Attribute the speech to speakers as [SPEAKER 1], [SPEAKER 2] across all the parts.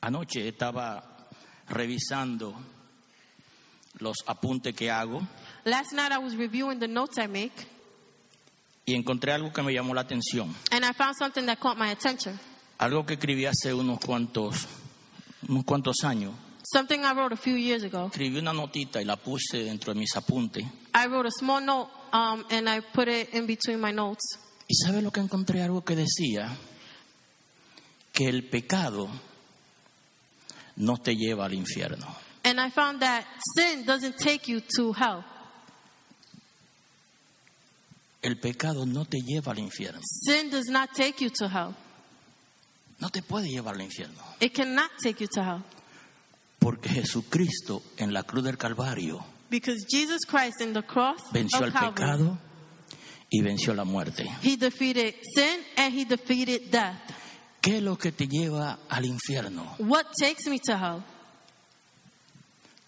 [SPEAKER 1] Anoche estaba revisando los apuntes que hago
[SPEAKER 2] Last night I was reviewing the notes I make
[SPEAKER 1] y encontré algo que me llamó la atención.
[SPEAKER 2] and I found something that caught my attention.
[SPEAKER 1] Algo que escribí hace unos cuantos, unos cuantos años.
[SPEAKER 2] Something I wrote a few years ago.
[SPEAKER 1] Escribí una notita y la puse dentro de mis apuntes.
[SPEAKER 2] I wrote a small note um, and I put it in between my notes.
[SPEAKER 1] ¿Y sabe lo que encontré? Algo que decía que el pecado no te lleva al infierno.
[SPEAKER 2] And I found that sin doesn't take you to hell.
[SPEAKER 1] El pecado no te lleva al infierno.
[SPEAKER 2] Sin does not take you to hell.
[SPEAKER 1] No te puede llevar al infierno.
[SPEAKER 2] It cannot take you to hell.
[SPEAKER 1] Porque Jesucristo en la cruz del Calvario
[SPEAKER 2] Because Jesus Christ in the cross
[SPEAKER 1] venció
[SPEAKER 2] of
[SPEAKER 1] al
[SPEAKER 2] Calvary,
[SPEAKER 1] pecado y venció la muerte.
[SPEAKER 2] he defeated sin and he defeated death.
[SPEAKER 1] ¿Qué es lo que te lleva al infierno?
[SPEAKER 2] What takes me to hell?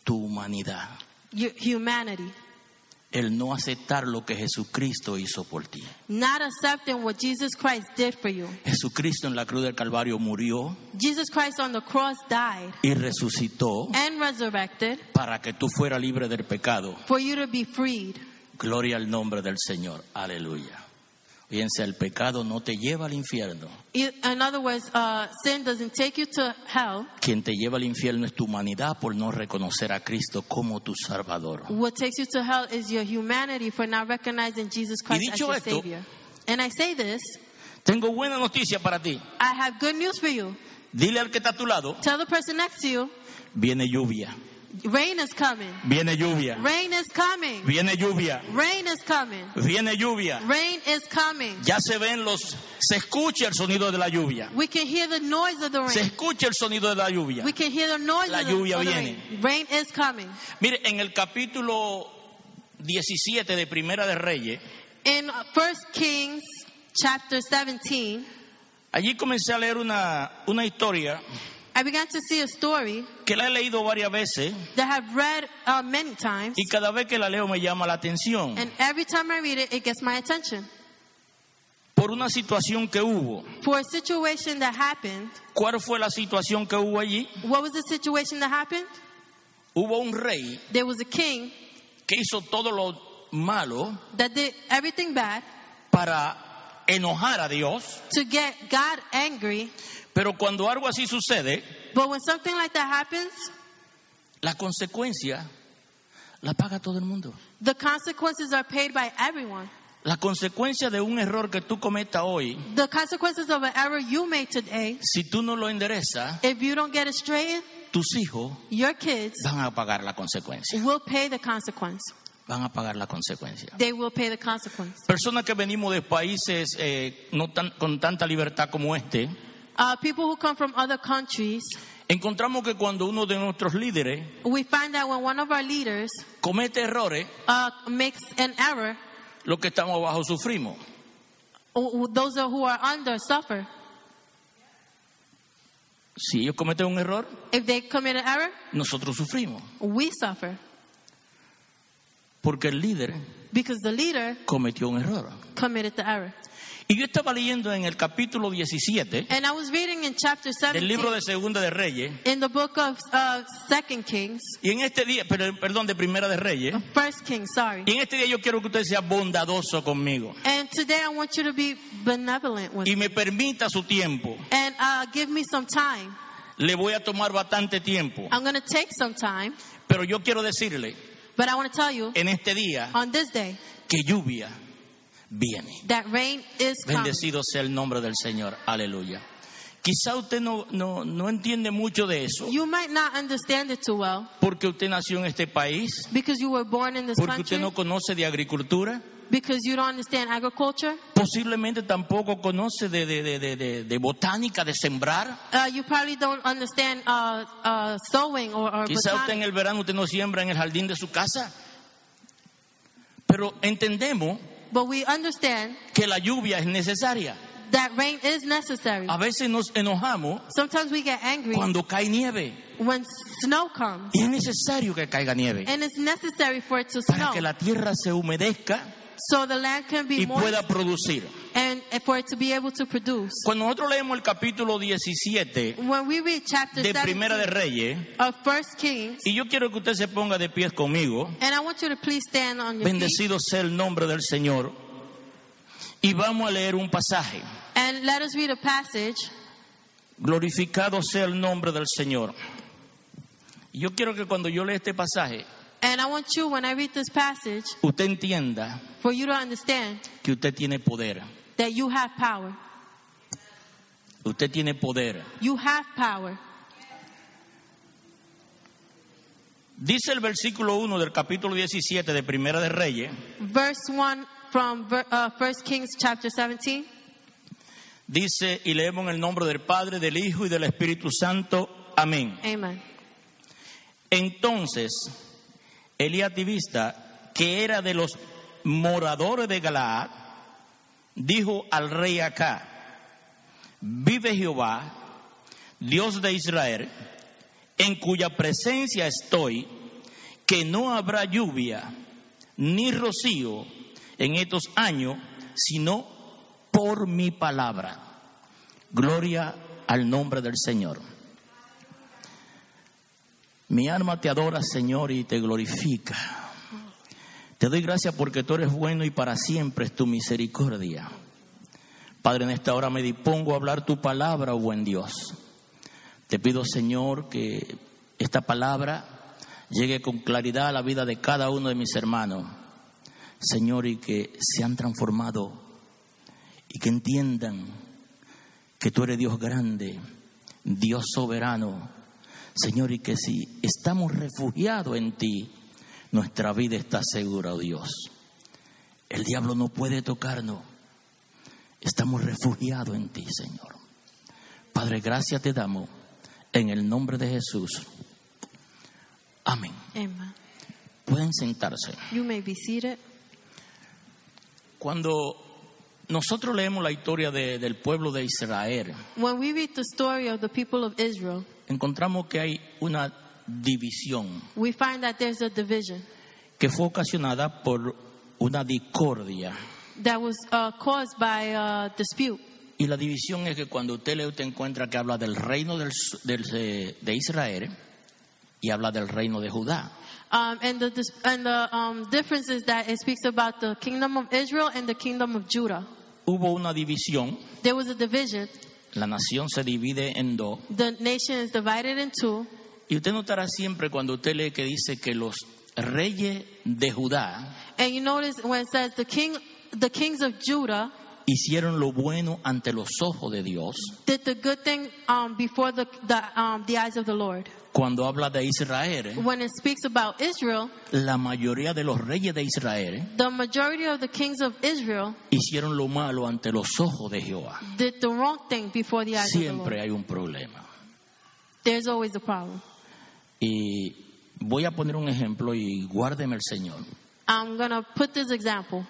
[SPEAKER 1] Tu humanidad.
[SPEAKER 2] Your humanity.
[SPEAKER 1] El no aceptar lo que Jesucristo hizo por ti.
[SPEAKER 2] Not accepting what Jesus Christ did for you.
[SPEAKER 1] Jesucristo en la cruz del Calvario murió
[SPEAKER 2] Jesus Christ on the cross died
[SPEAKER 1] y resucitó
[SPEAKER 2] and resurrected
[SPEAKER 1] para que tú fueras libre del pecado.
[SPEAKER 2] for you to be freed.
[SPEAKER 1] Gloria al nombre del Señor. Aleluya. Fíjense, el pecado no te lleva al infierno.
[SPEAKER 2] In in other words, uh, sin doesn't take you to hell.
[SPEAKER 1] Quien te lleva al infierno es tu humanidad por no reconocer a Cristo como tu Salvador.
[SPEAKER 2] What takes you to hell is your humanity for not recognizing Jesus Christ as
[SPEAKER 1] dicho
[SPEAKER 2] your
[SPEAKER 1] esto-
[SPEAKER 2] Savior. And I say this,
[SPEAKER 1] Tengo buena noticia para ti.
[SPEAKER 2] I have good news for you.
[SPEAKER 1] Dile al que está a tu lado,
[SPEAKER 2] Tell the person next to you,
[SPEAKER 1] viene lluvia,
[SPEAKER 2] rain is coming.
[SPEAKER 1] viene lluvia,
[SPEAKER 2] Rain is coming.
[SPEAKER 1] viene lluvia,
[SPEAKER 2] Rain is coming.
[SPEAKER 1] viene lluvia.
[SPEAKER 2] Rain is coming.
[SPEAKER 1] Ya se ven los, se escucha el sonido de la lluvia,
[SPEAKER 2] We can hear the noise of the
[SPEAKER 1] se
[SPEAKER 2] rain.
[SPEAKER 1] escucha el sonido de la lluvia.
[SPEAKER 2] We can hear the noise
[SPEAKER 1] La
[SPEAKER 2] of the,
[SPEAKER 1] lluvia
[SPEAKER 2] of the
[SPEAKER 1] viene.
[SPEAKER 2] rain. Rain is coming.
[SPEAKER 1] Mire, en el capítulo 17 de Primera de Reyes,
[SPEAKER 2] In First Kings chapter 17,
[SPEAKER 1] allí comencé a leer una, una historia
[SPEAKER 2] I began to see a story
[SPEAKER 1] que la he leído varias veces
[SPEAKER 2] that I've read uh, many times.
[SPEAKER 1] y cada vez que la leo me llama la atención
[SPEAKER 2] And every time I read it, it gets my attention.
[SPEAKER 1] por una situación que hubo.
[SPEAKER 2] For a situation that happened,
[SPEAKER 1] ¿Cuál fue la situación que hubo allí?
[SPEAKER 2] what was the situation that happened?
[SPEAKER 1] Hubo un rey
[SPEAKER 2] There was a king
[SPEAKER 1] que hizo todo lo malo
[SPEAKER 2] that did everything bad
[SPEAKER 1] para enojar a Dios,
[SPEAKER 2] to get God angry.
[SPEAKER 1] pero cuando algo así sucede,
[SPEAKER 2] But when something like that happens,
[SPEAKER 1] la consecuencia la paga todo el mundo.
[SPEAKER 2] the consequences are paid by everyone.
[SPEAKER 1] La consecuencia de un error que tú cometas hoy,
[SPEAKER 2] The consequences of an error you made today,
[SPEAKER 1] si tú no lo enderezas,
[SPEAKER 2] if you don't get it straightened,
[SPEAKER 1] tus hijos
[SPEAKER 2] your kids
[SPEAKER 1] van a pagar la consecuencia.
[SPEAKER 2] will pay the consequence.
[SPEAKER 1] Van a pagar la consecuencia.
[SPEAKER 2] They will pay the consequence.
[SPEAKER 1] Personas que venimos de países eh, no tan- con tanta libertad como este,
[SPEAKER 2] Uh, people who come from other countries,
[SPEAKER 1] encontramos que cuando uno de nuestros líderes
[SPEAKER 2] we find that when one of our leaders
[SPEAKER 1] comete errores,
[SPEAKER 2] uh, makes an error,
[SPEAKER 1] los que estamos abajo sufrimos.
[SPEAKER 2] o- o those who are under suffer.
[SPEAKER 1] Si ellos cometen un error,
[SPEAKER 2] If they commit an error,
[SPEAKER 1] nosotros sufrimos.
[SPEAKER 2] we suffer
[SPEAKER 1] Porque el líder
[SPEAKER 2] because the leader
[SPEAKER 1] cometió un error.
[SPEAKER 2] committed the error.
[SPEAKER 1] Y yo estaba leyendo en el capítulo 17
[SPEAKER 2] And I was reading in chapter
[SPEAKER 1] del
[SPEAKER 2] 17
[SPEAKER 1] libro de Segunda de Reyes,
[SPEAKER 2] in the book of uh, Second Kings,
[SPEAKER 1] y en este día, pero- perdón, de Primera de Reyes,
[SPEAKER 2] First Kings, sorry.
[SPEAKER 1] y en este día yo quiero que usted sea bondadoso conmigo
[SPEAKER 2] And today I want you to be benevolent with
[SPEAKER 1] y
[SPEAKER 2] me
[SPEAKER 1] me permita su tiempo.
[SPEAKER 2] and uh, give me some time.
[SPEAKER 1] Le voy a tomar bastante tiempo,
[SPEAKER 2] I'm going to take some time,
[SPEAKER 1] pero yo quiero decirle
[SPEAKER 2] but I want to tell you
[SPEAKER 1] en este día
[SPEAKER 2] on this day
[SPEAKER 1] que lluvia viene.
[SPEAKER 2] that rain is coming.
[SPEAKER 1] Bendecido sea el nombre del Señor. Aleluya. Quizá usted no, no, no entiende mucho de eso
[SPEAKER 2] You might not understand it too well
[SPEAKER 1] porque usted nació en este país,
[SPEAKER 2] because you were born in this
[SPEAKER 1] porque usted
[SPEAKER 2] country,
[SPEAKER 1] no conoce de agricultura,
[SPEAKER 2] because you don't understand agriculture.
[SPEAKER 1] posiblemente tampoco conoce de, de, de, de, de- de botánica, de sembrar.
[SPEAKER 2] Uh, you probably don't understand uh, uh, sewing or, or
[SPEAKER 1] Quizá usted en
[SPEAKER 2] botanic.
[SPEAKER 1] el verano usted no siembra en el jardín de su casa. Pero entendemos
[SPEAKER 2] But we understand
[SPEAKER 1] que la lluvia es necesaria.
[SPEAKER 2] that rain is necessary.
[SPEAKER 1] A veces nos enojamos
[SPEAKER 2] Sometimes we get angry
[SPEAKER 1] Ah. cuando cae nieve
[SPEAKER 2] when snow comes,
[SPEAKER 1] y es necesario que caiga nieve
[SPEAKER 2] and it's necessary for it to
[SPEAKER 1] para
[SPEAKER 2] snow
[SPEAKER 1] que la tierra se humedezca
[SPEAKER 2] so the land can be
[SPEAKER 1] y
[SPEAKER 2] moist
[SPEAKER 1] pueda producir.
[SPEAKER 2] and and for it to be able to produce.
[SPEAKER 1] Cuando nosotros leemos el capítulo 17
[SPEAKER 2] When we read chapter
[SPEAKER 1] de Primera de
[SPEAKER 2] 17
[SPEAKER 1] Reyes,
[SPEAKER 2] of First Kings,
[SPEAKER 1] y yo quiero que usted se ponga de pies conmigo,
[SPEAKER 2] and I want you to please stand on your feet
[SPEAKER 1] bendecido sea el nombre del Señor, y vamos a leer un pasaje.
[SPEAKER 2] and let us read a passage.
[SPEAKER 1] Glorificado sea el nombre del Señor. Yo quiero que cuando yo lea este pasaje,
[SPEAKER 2] And I want you, when I read this passage,
[SPEAKER 1] usted entienda
[SPEAKER 2] for you to understand
[SPEAKER 1] que usted tiene poder.
[SPEAKER 2] that you have power.
[SPEAKER 1] Usted tiene poder.
[SPEAKER 2] You have power.
[SPEAKER 1] Dice el versículo 1 del capítulo 17 de Primera de Reyes,
[SPEAKER 2] Verse 1 from ver- uh, 1 Kings chapter 17.
[SPEAKER 1] dice, y leemos en el nombre del Padre, del Hijo y del Espíritu Santo. Amén.
[SPEAKER 2] Amen.
[SPEAKER 1] Entonces, Eliativista, que era de los moradores de Galaad, dijo al rey acá, vive Jehová, Dios de Israel, en cuya presencia estoy, que no habrá lluvia ni rocío en estos años, sino por mi palabra. Gloria al nombre del Señor. Mi alma te adora, Señor, y te glorifica. Te doy gracias porque tú eres bueno y para siempre es tu misericordia. Padre, en esta hora me dispongo a hablar tu palabra, oh buen Dios. Te pido, Señor, que esta palabra llegue con claridad a la vida de cada uno de mis hermanos. Señor, y que sean transformados y que entiendan que tú eres Dios grande, Dios soberano. Señor, y que si estamos refugiados en ti, nuestra vida está segura, oh Dios. El diablo no puede tocarnos. Estamos refugiados en ti, Señor. Padre, gracias te damos en el nombre de Jesús. Amén.
[SPEAKER 2] Amen.
[SPEAKER 1] Pueden sentarse.
[SPEAKER 2] You may be seated.
[SPEAKER 1] Cuando nosotros leemos la historia de- del pueblo de Israel,
[SPEAKER 2] When we read the story of the people of Israel,
[SPEAKER 1] encontramos que hay una división
[SPEAKER 2] we find that there's a division
[SPEAKER 1] que fue ocasionada por una discordia.
[SPEAKER 2] that was uh, caused by a dispute.
[SPEAKER 1] Y la división es que cuando usted lee, usted encuentra que habla del reino del su- del, eh, de Israel y habla del reino de Judá.
[SPEAKER 2] Um, and the, dis- and the um, difference is that it speaks about the kingdom of Israel and the kingdom of Judah.
[SPEAKER 1] Hubo una división,
[SPEAKER 2] There was a division.
[SPEAKER 1] la nación se divide en dos.
[SPEAKER 2] The nation is divided in two.
[SPEAKER 1] Y usted notará siempre cuando usted lee que dice que los reyes de Judá
[SPEAKER 2] And you notice when it says the king, the kings of Judah
[SPEAKER 1] hicieron lo bueno ante los ojos de Dios.
[SPEAKER 2] did the good thing um, before the the, um, the eyes of the Lord.
[SPEAKER 1] Cuando habla de Israel,
[SPEAKER 2] When it speaks about Israel,
[SPEAKER 1] la mayoría de los reyes de Israel
[SPEAKER 2] the majority of the kings of Israel
[SPEAKER 1] hicieron lo malo ante los ojos de Jehová.
[SPEAKER 2] did the wrong thing before the eyes of the
[SPEAKER 1] Siempre
[SPEAKER 2] Lord.
[SPEAKER 1] hay un problema.
[SPEAKER 2] There's always a problem.
[SPEAKER 1] Y voy a poner un ejemplo y guárdeme el Señor.
[SPEAKER 2] I'm gonna put this example.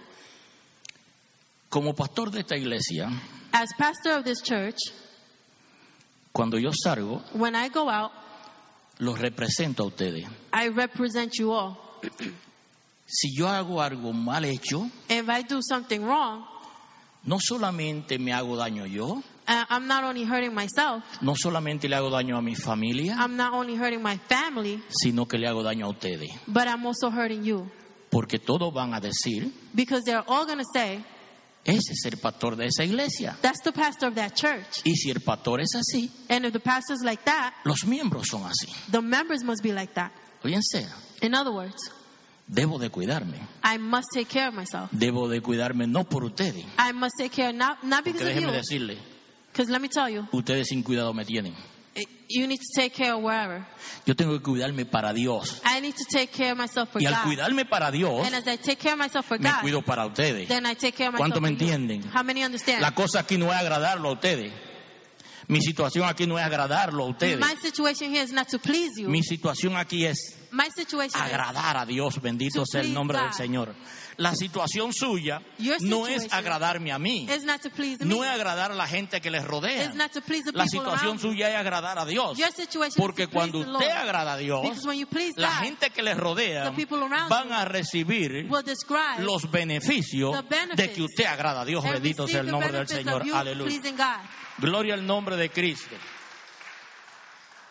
[SPEAKER 1] Como pastor de esta iglesia,
[SPEAKER 2] As pastor of this church,
[SPEAKER 1] cuando yo salgo,
[SPEAKER 2] when I go out,
[SPEAKER 1] los represento a ustedes.
[SPEAKER 2] I represent you all.
[SPEAKER 1] Si yo hago algo mal hecho,
[SPEAKER 2] If I do something wrong,
[SPEAKER 1] no solamente me hago daño yo,
[SPEAKER 2] uh, I'm not only hurting myself,
[SPEAKER 1] no solamente le hago daño a mi familia,
[SPEAKER 2] I'm not only hurting my family,
[SPEAKER 1] sino que le hago daño a ustedes.
[SPEAKER 2] but I'm also hurting you.
[SPEAKER 1] Porque todos van a decir,
[SPEAKER 2] Because they're all gonna say,
[SPEAKER 1] ese es el pastor de esa iglesia.
[SPEAKER 2] that's the pastor of that church.
[SPEAKER 1] Y si el pastor es así,
[SPEAKER 2] And if the pastor's like that,
[SPEAKER 1] los miembros son así.
[SPEAKER 2] the members must be like that.
[SPEAKER 1] Fíjense,
[SPEAKER 2] In other words,
[SPEAKER 1] debo de cuidarme.
[SPEAKER 2] I must take care of myself.
[SPEAKER 1] Debo de cuidarme no por ustedes.
[SPEAKER 2] I must take care not not
[SPEAKER 1] Que
[SPEAKER 2] because of
[SPEAKER 1] déjenme
[SPEAKER 2] you,
[SPEAKER 1] decirle,
[SPEAKER 2] because let me tell you,
[SPEAKER 1] ustedes sin cuidado me tienen.
[SPEAKER 2] it- you need to take care of wherever.
[SPEAKER 1] Yo tengo que cuidarme para Dios.
[SPEAKER 2] I need to take care of myself for
[SPEAKER 1] Y al
[SPEAKER 2] God.
[SPEAKER 1] cuidarme para Dios,
[SPEAKER 2] And as I take care of myself for
[SPEAKER 1] me
[SPEAKER 2] God,
[SPEAKER 1] cuido para ustedes.
[SPEAKER 2] then I take care of myself.
[SPEAKER 1] ¿Cuánto me
[SPEAKER 2] for you.
[SPEAKER 1] entienden?
[SPEAKER 2] How many understand?
[SPEAKER 1] La cosa aquí no es agradarlo a ustedes. Mi situación aquí no es agradarlo a ustedes.
[SPEAKER 2] My situation here is not to please you.
[SPEAKER 1] Mi situación aquí es
[SPEAKER 2] My situation is
[SPEAKER 1] agradar a Dios, bendito
[SPEAKER 2] To
[SPEAKER 1] sea el
[SPEAKER 2] please
[SPEAKER 1] nombre del
[SPEAKER 2] God.
[SPEAKER 1] Señor. La situación suya
[SPEAKER 2] Your
[SPEAKER 1] no es
[SPEAKER 2] situation
[SPEAKER 1] agradarme a mí,
[SPEAKER 2] it's not to please me.
[SPEAKER 1] no es agradar a la gente que les rodea.
[SPEAKER 2] It's not to please the
[SPEAKER 1] La
[SPEAKER 2] people
[SPEAKER 1] situación
[SPEAKER 2] around me.
[SPEAKER 1] suya es agradar a Dios.
[SPEAKER 2] Your situation
[SPEAKER 1] Porque
[SPEAKER 2] is to please
[SPEAKER 1] cuando
[SPEAKER 2] the
[SPEAKER 1] usted
[SPEAKER 2] Lord.
[SPEAKER 1] agrada a Dios,
[SPEAKER 2] Because when you please
[SPEAKER 1] la
[SPEAKER 2] God,
[SPEAKER 1] gente que les rodea
[SPEAKER 2] the people around
[SPEAKER 1] van
[SPEAKER 2] you
[SPEAKER 1] a recibir
[SPEAKER 2] will describe
[SPEAKER 1] los beneficios
[SPEAKER 2] the benefits
[SPEAKER 1] de que usted agrada a Dios.
[SPEAKER 2] and
[SPEAKER 1] Bendito sea
[SPEAKER 2] receive
[SPEAKER 1] el
[SPEAKER 2] the
[SPEAKER 1] nombre del
[SPEAKER 2] benefits
[SPEAKER 1] Señor.
[SPEAKER 2] of you
[SPEAKER 1] Aleluya.
[SPEAKER 2] pleasing God.
[SPEAKER 1] Gloria al nombre de Cristo.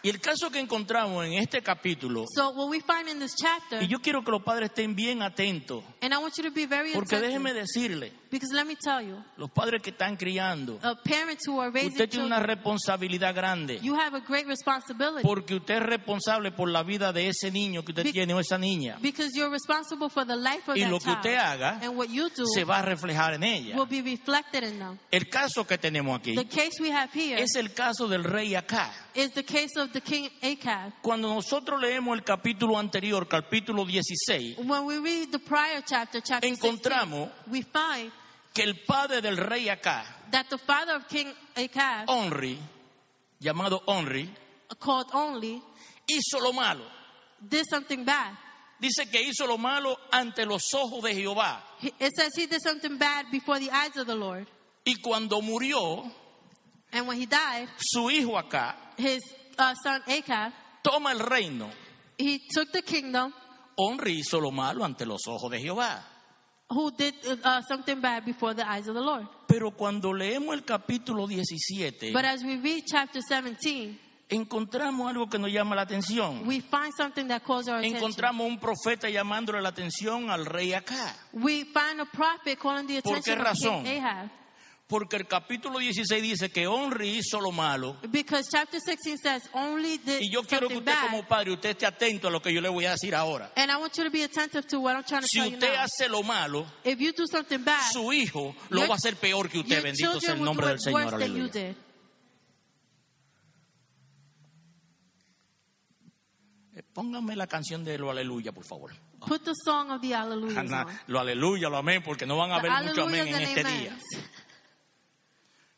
[SPEAKER 1] Y el caso que encontramos en este capítulo,
[SPEAKER 2] So what we find in this chapter,
[SPEAKER 1] y yo quiero que los padres estén bien atentos,
[SPEAKER 2] and I want you to be very
[SPEAKER 1] porque
[SPEAKER 2] attentive,
[SPEAKER 1] déjeme decirle,
[SPEAKER 2] because let me tell you,
[SPEAKER 1] los padres que están criando,
[SPEAKER 2] uh, parents who are raising
[SPEAKER 1] usted tiene
[SPEAKER 2] children,
[SPEAKER 1] una responsabilidad grande,
[SPEAKER 2] you have a great responsibility
[SPEAKER 1] porque usted es responsable por la vida de ese niño que usted
[SPEAKER 2] Be-
[SPEAKER 1] tiene o esa niña,
[SPEAKER 2] because you're responsible for the life of
[SPEAKER 1] Y
[SPEAKER 2] that
[SPEAKER 1] lo que
[SPEAKER 2] child,
[SPEAKER 1] usted haga
[SPEAKER 2] and what you do
[SPEAKER 1] se va a reflejar en ella.
[SPEAKER 2] will be reflected in them.
[SPEAKER 1] El caso que tenemos aquí
[SPEAKER 2] The case we have here is
[SPEAKER 1] es el caso del rey acá.
[SPEAKER 2] the case of the king Acab.
[SPEAKER 1] Cuando nosotros leemos el capítulo anterior, capítulo 16,
[SPEAKER 2] When we read the prior chapter, chapter 16,
[SPEAKER 1] encontramos
[SPEAKER 2] we find
[SPEAKER 1] que el padre del rey acá,
[SPEAKER 2] that the father of King Acab,
[SPEAKER 1] Onri, llamado Onri,
[SPEAKER 2] called only,
[SPEAKER 1] hizo lo malo.
[SPEAKER 2] did something bad.
[SPEAKER 1] Dice que hizo lo malo ante los ojos de Jehová.
[SPEAKER 2] He- It says he did something bad before the eyes of the Lord.
[SPEAKER 1] Y cuando murió,
[SPEAKER 2] And when he died,
[SPEAKER 1] su hijo acá
[SPEAKER 2] his uh, son Acab,
[SPEAKER 1] toma el reino.
[SPEAKER 2] he took the kingdom,
[SPEAKER 1] Onri hizo lo malo ante los ojos de Jehová.
[SPEAKER 2] who did uh, something bad before the eyes of the Lord.
[SPEAKER 1] Pero cuando leemos el capítulo 17,
[SPEAKER 2] But as we read chapter 17,
[SPEAKER 1] encontramos algo que nos llama la atención.
[SPEAKER 2] we find something that calls our attention.
[SPEAKER 1] Encontramos un profeta llamándole la atención al rey acá.
[SPEAKER 2] We find a prophet calling the
[SPEAKER 1] ¿Por qué
[SPEAKER 2] attention of
[SPEAKER 1] razón?
[SPEAKER 2] King Ahab.
[SPEAKER 1] Porque el capítulo 16 dice que Onri hizo lo malo.
[SPEAKER 2] Because chapter 16 says only did
[SPEAKER 1] Y yo quiero que
[SPEAKER 2] something
[SPEAKER 1] usted
[SPEAKER 2] bad.
[SPEAKER 1] como padre, usted esté atento a lo que yo le voy a decir ahora.
[SPEAKER 2] And I want you to be attentive to what I'm trying to
[SPEAKER 1] Si
[SPEAKER 2] tell you
[SPEAKER 1] usted
[SPEAKER 2] now.
[SPEAKER 1] hace lo malo,
[SPEAKER 2] If you do something bad,
[SPEAKER 1] su hijo lo
[SPEAKER 2] Your-
[SPEAKER 1] va a hacer peor que usted.
[SPEAKER 2] your
[SPEAKER 1] Bendito sea
[SPEAKER 2] children
[SPEAKER 1] el
[SPEAKER 2] will do
[SPEAKER 1] nombre del
[SPEAKER 2] it worse
[SPEAKER 1] Señor.
[SPEAKER 2] than you
[SPEAKER 1] Aleluya.
[SPEAKER 2] did.
[SPEAKER 1] Eh, Póngame la canción de lo aleluya, por favor.
[SPEAKER 2] Put the song of the Hallelujah.
[SPEAKER 1] Ana,
[SPEAKER 2] on.
[SPEAKER 1] lo aleluya, lo amén, porque no van a
[SPEAKER 2] The
[SPEAKER 1] haber mucho amén
[SPEAKER 2] hallelujahs
[SPEAKER 1] en
[SPEAKER 2] and
[SPEAKER 1] este día.
[SPEAKER 2] amens.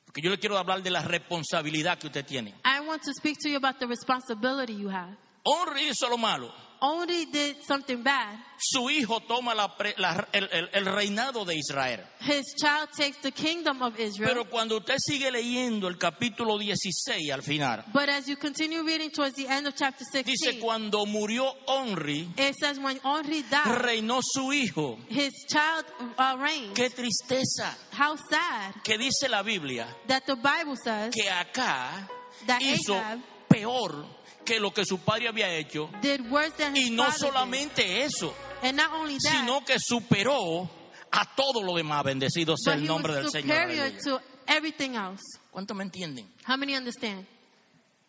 [SPEAKER 1] Porque yo le quiero hablar de la responsabilidad que usted tiene.
[SPEAKER 2] I want to speak to you about the responsibility you have.
[SPEAKER 1] Onri hizo lo malo.
[SPEAKER 2] Only did something bad.
[SPEAKER 1] Su hijo toma la pre- la- el, el- el reinado de Israel.
[SPEAKER 2] His child takes the kingdom of Israel.
[SPEAKER 1] Pero cuando usted sigue leyendo el capítulo 16 al final,
[SPEAKER 2] but as you continue reading towards the end of chapter 16,
[SPEAKER 1] dice, cuando murió Onri,
[SPEAKER 2] it says when Onri died,
[SPEAKER 1] reinó su hijo.
[SPEAKER 2] his child uh, reigned.
[SPEAKER 1] Qué tristeza
[SPEAKER 2] How sad
[SPEAKER 1] que dice la Biblia
[SPEAKER 2] that the Bible says
[SPEAKER 1] que acá
[SPEAKER 2] That
[SPEAKER 1] hizo
[SPEAKER 2] Ahab-
[SPEAKER 1] peor que lo que su padre había hecho.
[SPEAKER 2] did worse than his
[SPEAKER 1] Y no
[SPEAKER 2] father did.
[SPEAKER 1] solamente eso,
[SPEAKER 2] and not only that,
[SPEAKER 1] sino que superó a todo lo demás. Bendecido sea
[SPEAKER 2] but
[SPEAKER 1] el
[SPEAKER 2] he
[SPEAKER 1] nombre del
[SPEAKER 2] was
[SPEAKER 1] Señor.
[SPEAKER 2] superior
[SPEAKER 1] Aleluya.
[SPEAKER 2] to everything else.
[SPEAKER 1] ¿Cuánto me entienden?
[SPEAKER 2] How many understand?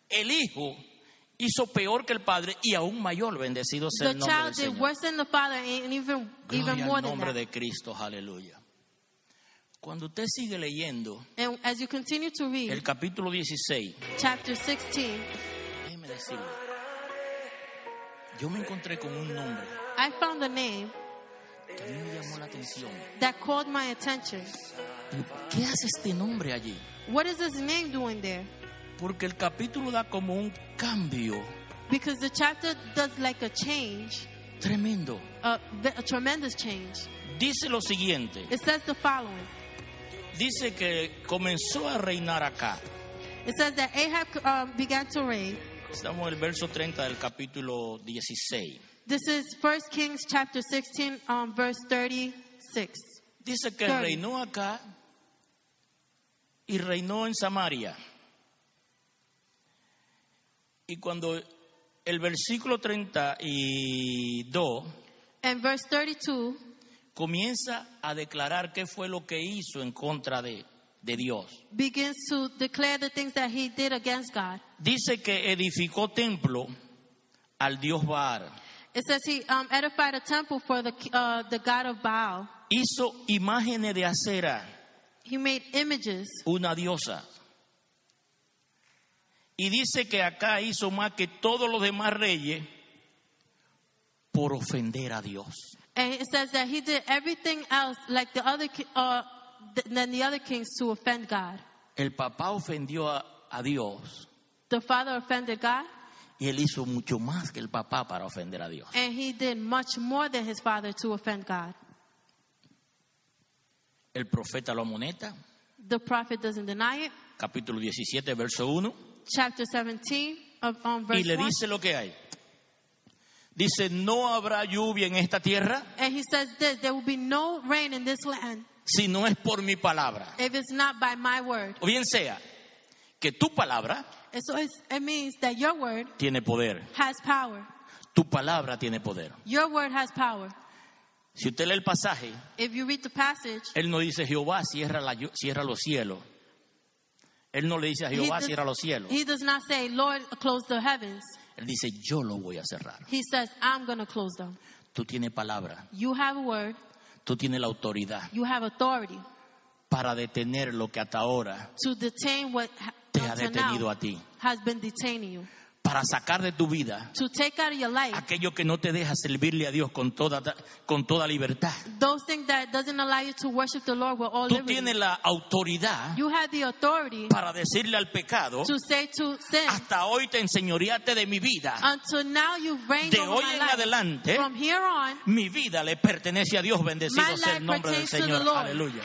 [SPEAKER 1] El hijo hizo peor que el padre y aún mayor. Bendecido sea
[SPEAKER 2] The
[SPEAKER 1] el nombre
[SPEAKER 2] child
[SPEAKER 1] del
[SPEAKER 2] did
[SPEAKER 1] Señor.
[SPEAKER 2] worse than the father, and even
[SPEAKER 1] Gloria
[SPEAKER 2] even more
[SPEAKER 1] al
[SPEAKER 2] than
[SPEAKER 1] nombre
[SPEAKER 2] that.
[SPEAKER 1] de Cristo. Aleluya. Cuando usted sigue leyendo
[SPEAKER 2] And as you continue to read
[SPEAKER 1] el capítulo 16,
[SPEAKER 2] chapter 16,
[SPEAKER 1] déjeme decirle, yo me encontré con un nombre
[SPEAKER 2] I found a name
[SPEAKER 1] que a mí me llamó la atención.
[SPEAKER 2] that called my attention.
[SPEAKER 1] Pero, ¿Qué hace este nombre allí?
[SPEAKER 2] What is this name doing there?
[SPEAKER 1] Porque el capítulo da como un cambio
[SPEAKER 2] Because the chapter does like a change,
[SPEAKER 1] tremendo.
[SPEAKER 2] a, ve- a tremendous change.
[SPEAKER 1] Dice lo siguiente,
[SPEAKER 2] It says the following.
[SPEAKER 1] dice que comenzó a reinar acá.
[SPEAKER 2] It says that Ahab um, began to reign.
[SPEAKER 1] Estamos en el verso 30 del capítulo 16.
[SPEAKER 2] This is 1 Kings chapter 16, um, verse 36.
[SPEAKER 1] Dice que
[SPEAKER 2] Claro.
[SPEAKER 1] reinó acá y reinó en Samaria. Y cuando el versículo 32
[SPEAKER 2] And verse 32
[SPEAKER 1] comienza a declarar qué fue lo que hizo en contra de, de Dios.
[SPEAKER 2] begins to declare the things that he did against God.
[SPEAKER 1] Dice que edificó templo al dios Baal.
[SPEAKER 2] It says he um, edified a temple for the, uh, the god of Baal.
[SPEAKER 1] Hizo imágenes de acera,
[SPEAKER 2] He made images.
[SPEAKER 1] una diosa. Y dice que acá hizo más que todos los demás reyes por ofender a Dios.
[SPEAKER 2] And it says that he did everything else like the other, ki- uh, th- than the other kings to offend God.
[SPEAKER 1] El papá ofendió a, a Dios
[SPEAKER 2] The father offended God,
[SPEAKER 1] Y él hizo mucho más que el papá para ofender a Dios.
[SPEAKER 2] And he did much more than his father to offend God.
[SPEAKER 1] El profeta lo amoneta,
[SPEAKER 2] The prophet doesn't deny it.
[SPEAKER 1] capítulo 17, verso 1,
[SPEAKER 2] Chapter 17 of um,
[SPEAKER 1] y
[SPEAKER 2] verse
[SPEAKER 1] le
[SPEAKER 2] 1.
[SPEAKER 1] dice lo que hay. Dice, no habrá lluvia en esta tierra
[SPEAKER 2] And he says this, there will be no rain in this land
[SPEAKER 1] si no es por mi palabra.
[SPEAKER 2] if it's not by my word.
[SPEAKER 1] O bien sea, que tu palabra
[SPEAKER 2] And so it's, it means that your word
[SPEAKER 1] tiene poder.
[SPEAKER 2] has power.
[SPEAKER 1] Tu palabra tiene poder.
[SPEAKER 2] Your word has power.
[SPEAKER 1] Si usted lee el pasaje,
[SPEAKER 2] If you read the passage,
[SPEAKER 1] él no dice Jehová cierra, la llu- cierra los cielos. Él no le dice a
[SPEAKER 2] he
[SPEAKER 1] Jehová
[SPEAKER 2] does-
[SPEAKER 1] cierra los cielos.
[SPEAKER 2] he does not say, Lord, close the heavens.
[SPEAKER 1] Él dice yo lo voy a cerrar.
[SPEAKER 2] He says, I'm going to close them.
[SPEAKER 1] Tú tienes palabra,
[SPEAKER 2] You have a word,
[SPEAKER 1] tú tienes la autoridad
[SPEAKER 2] you have authority
[SPEAKER 1] para detener lo que hasta ahora
[SPEAKER 2] to detain what ha-
[SPEAKER 1] te ha
[SPEAKER 2] until
[SPEAKER 1] detenido
[SPEAKER 2] now
[SPEAKER 1] a ti.
[SPEAKER 2] has been detaining you,
[SPEAKER 1] Para sacar de tu vida
[SPEAKER 2] to take out of your life
[SPEAKER 1] aquello que no te deja servirle a Dios con toda, con toda libertad.
[SPEAKER 2] those things that doesn't allow you to worship the Lord with all
[SPEAKER 1] Tú
[SPEAKER 2] liberty.
[SPEAKER 1] tienes la autoridad
[SPEAKER 2] You have the authority
[SPEAKER 1] para decirle al pecado,
[SPEAKER 2] to say to sin,
[SPEAKER 1] hasta hoy te enseñoreaste de mi
[SPEAKER 2] Ah,
[SPEAKER 1] vida.
[SPEAKER 2] until now you've reigned
[SPEAKER 1] De
[SPEAKER 2] over
[SPEAKER 1] hoy
[SPEAKER 2] my
[SPEAKER 1] en
[SPEAKER 2] life.
[SPEAKER 1] adelante,
[SPEAKER 2] From here on,
[SPEAKER 1] Mi vida le pertenece a Dios, bendecido
[SPEAKER 2] My
[SPEAKER 1] sea el
[SPEAKER 2] life
[SPEAKER 1] nombre del
[SPEAKER 2] pertains to the
[SPEAKER 1] Señor.
[SPEAKER 2] Lord.
[SPEAKER 1] Aleluya.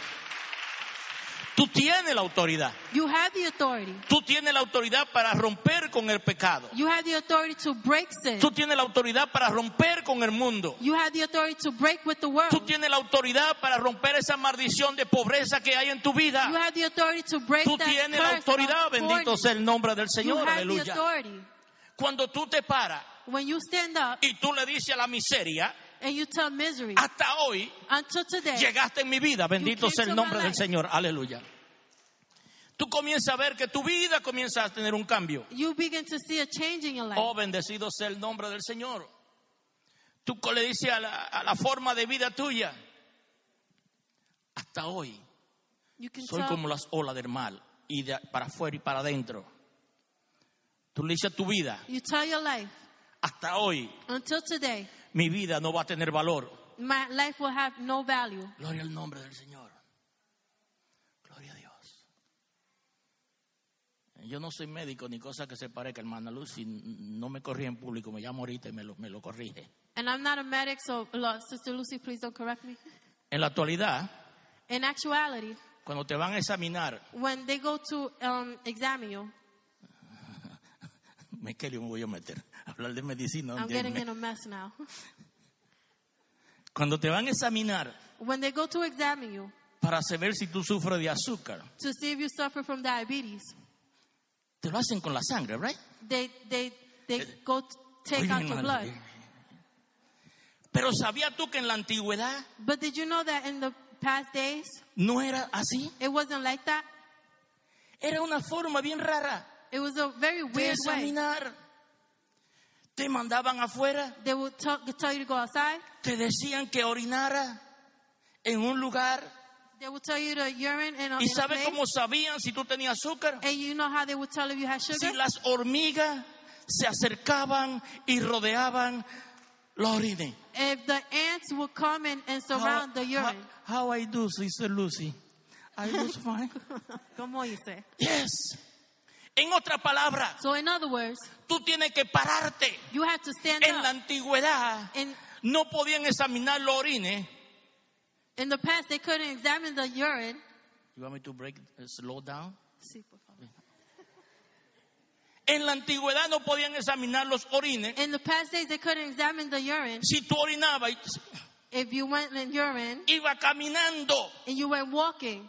[SPEAKER 1] Tú tienes la autoridad.
[SPEAKER 2] you have the authority.
[SPEAKER 1] Tú tienes la autoridad para romper con el pecado.
[SPEAKER 2] You have the authority to break sin.
[SPEAKER 1] Tú tienes la autoridad para romper con el mundo.
[SPEAKER 2] You have the authority to break with the world.
[SPEAKER 1] Tú tienes la autoridad para romper esa maldición de pobreza que hay en tu
[SPEAKER 2] You
[SPEAKER 1] vida.
[SPEAKER 2] have the authority to break
[SPEAKER 1] Tú
[SPEAKER 2] that
[SPEAKER 1] tienes la
[SPEAKER 2] curse of
[SPEAKER 1] autoridad, bendito
[SPEAKER 2] poverty.
[SPEAKER 1] sea el nombre del
[SPEAKER 2] You
[SPEAKER 1] Señor.
[SPEAKER 2] have the
[SPEAKER 1] Aleluya.
[SPEAKER 2] authority.
[SPEAKER 1] Cuando tú te paras
[SPEAKER 2] When you stand up
[SPEAKER 1] y tú le dices a la miseria,
[SPEAKER 2] and you tell misery,
[SPEAKER 1] hasta hoy
[SPEAKER 2] until today,
[SPEAKER 1] Llegaste en mi vida, bendito
[SPEAKER 2] came
[SPEAKER 1] sea el
[SPEAKER 2] to
[SPEAKER 1] nombre
[SPEAKER 2] my
[SPEAKER 1] del
[SPEAKER 2] life.
[SPEAKER 1] Señor, aleluya. Tú comienzas a ver que tu vida comienza a tener un cambio.
[SPEAKER 2] you begin to see a change in your life.
[SPEAKER 1] Oh, bendecido sea el nombre del Señor. Tú co- le dices a la, a la forma de vida tuya, hasta hoy
[SPEAKER 2] you can
[SPEAKER 1] soy
[SPEAKER 2] tell
[SPEAKER 1] como las olas del mar, y de- para afuera y para adentro. Tú le dices a tu vida,
[SPEAKER 2] you tell your life
[SPEAKER 1] hasta hoy
[SPEAKER 2] until today,
[SPEAKER 1] mi vida no va a tener valor.
[SPEAKER 2] my life will have no value.
[SPEAKER 1] Gloria al nombre del Señor. Gloria a Dios. Yo no soy médico ni cosa que se parezca, hermana Lucy. No me corrí en público, me llamo ahorita y me lo, me lo corrige.
[SPEAKER 2] And I'm not a medic, so Lord, Sister Lucy, please don't correct me.
[SPEAKER 1] En la actualidad,
[SPEAKER 2] In actuality,
[SPEAKER 1] cuando te van a examinar,
[SPEAKER 2] when they go to um, examine you,
[SPEAKER 1] me que yo me voy a meter. Hablar de medicina.
[SPEAKER 2] I'm
[SPEAKER 1] ¿dónde
[SPEAKER 2] getting
[SPEAKER 1] me-
[SPEAKER 2] in a mess now.
[SPEAKER 1] Cuando te van a examinar
[SPEAKER 2] When they go to examine you
[SPEAKER 1] para saber si tú sufres de azúcar,
[SPEAKER 2] to see if you suffer from diabetes,
[SPEAKER 1] te lo hacen con la sangre, ¿right?
[SPEAKER 2] they they they go t- take
[SPEAKER 1] Oye,
[SPEAKER 2] out your
[SPEAKER 1] hermano,
[SPEAKER 2] blood.
[SPEAKER 1] eh. Pero ¿sabías tú que en la antigüedad
[SPEAKER 2] But did you know that in the past days
[SPEAKER 1] no era así?
[SPEAKER 2] it wasn't like that?
[SPEAKER 1] Era una forma bien rara.
[SPEAKER 2] It was a very
[SPEAKER 1] de
[SPEAKER 2] weird way.
[SPEAKER 1] examinar. Te mandaban afuera,
[SPEAKER 2] They would tell, tell you to go outside.
[SPEAKER 1] te decían que orinara en un lugar.
[SPEAKER 2] They would tell you to urine in a,
[SPEAKER 1] ¿Y
[SPEAKER 2] in a
[SPEAKER 1] sabes
[SPEAKER 2] place.
[SPEAKER 1] cómo sabían si tú tenías azúcar?
[SPEAKER 2] And you know how they would tell if you had sugar?
[SPEAKER 1] Si las hormigas se acercaban y rodeaban los orines.
[SPEAKER 2] if the ants would come in and surround the urine.
[SPEAKER 1] how- how I do, Sister Lucy? I was fine.
[SPEAKER 2] Como dice.
[SPEAKER 1] yes. En otra palabra,
[SPEAKER 2] So in other words,
[SPEAKER 1] tú tienes que pararte.
[SPEAKER 2] you have to stand
[SPEAKER 1] En la
[SPEAKER 2] up.
[SPEAKER 1] antigüedad
[SPEAKER 2] In,
[SPEAKER 1] no podían examinar los orines
[SPEAKER 2] in the past, they couldn't examine the urine.
[SPEAKER 1] You want me to break, uh, slow down? En la antigüedad no podían examinar los orines.
[SPEAKER 2] In the past days, they couldn't examine the urine.
[SPEAKER 1] Si tú orinabas,
[SPEAKER 2] If you went in urine
[SPEAKER 1] iba caminando.
[SPEAKER 2] and you went walking,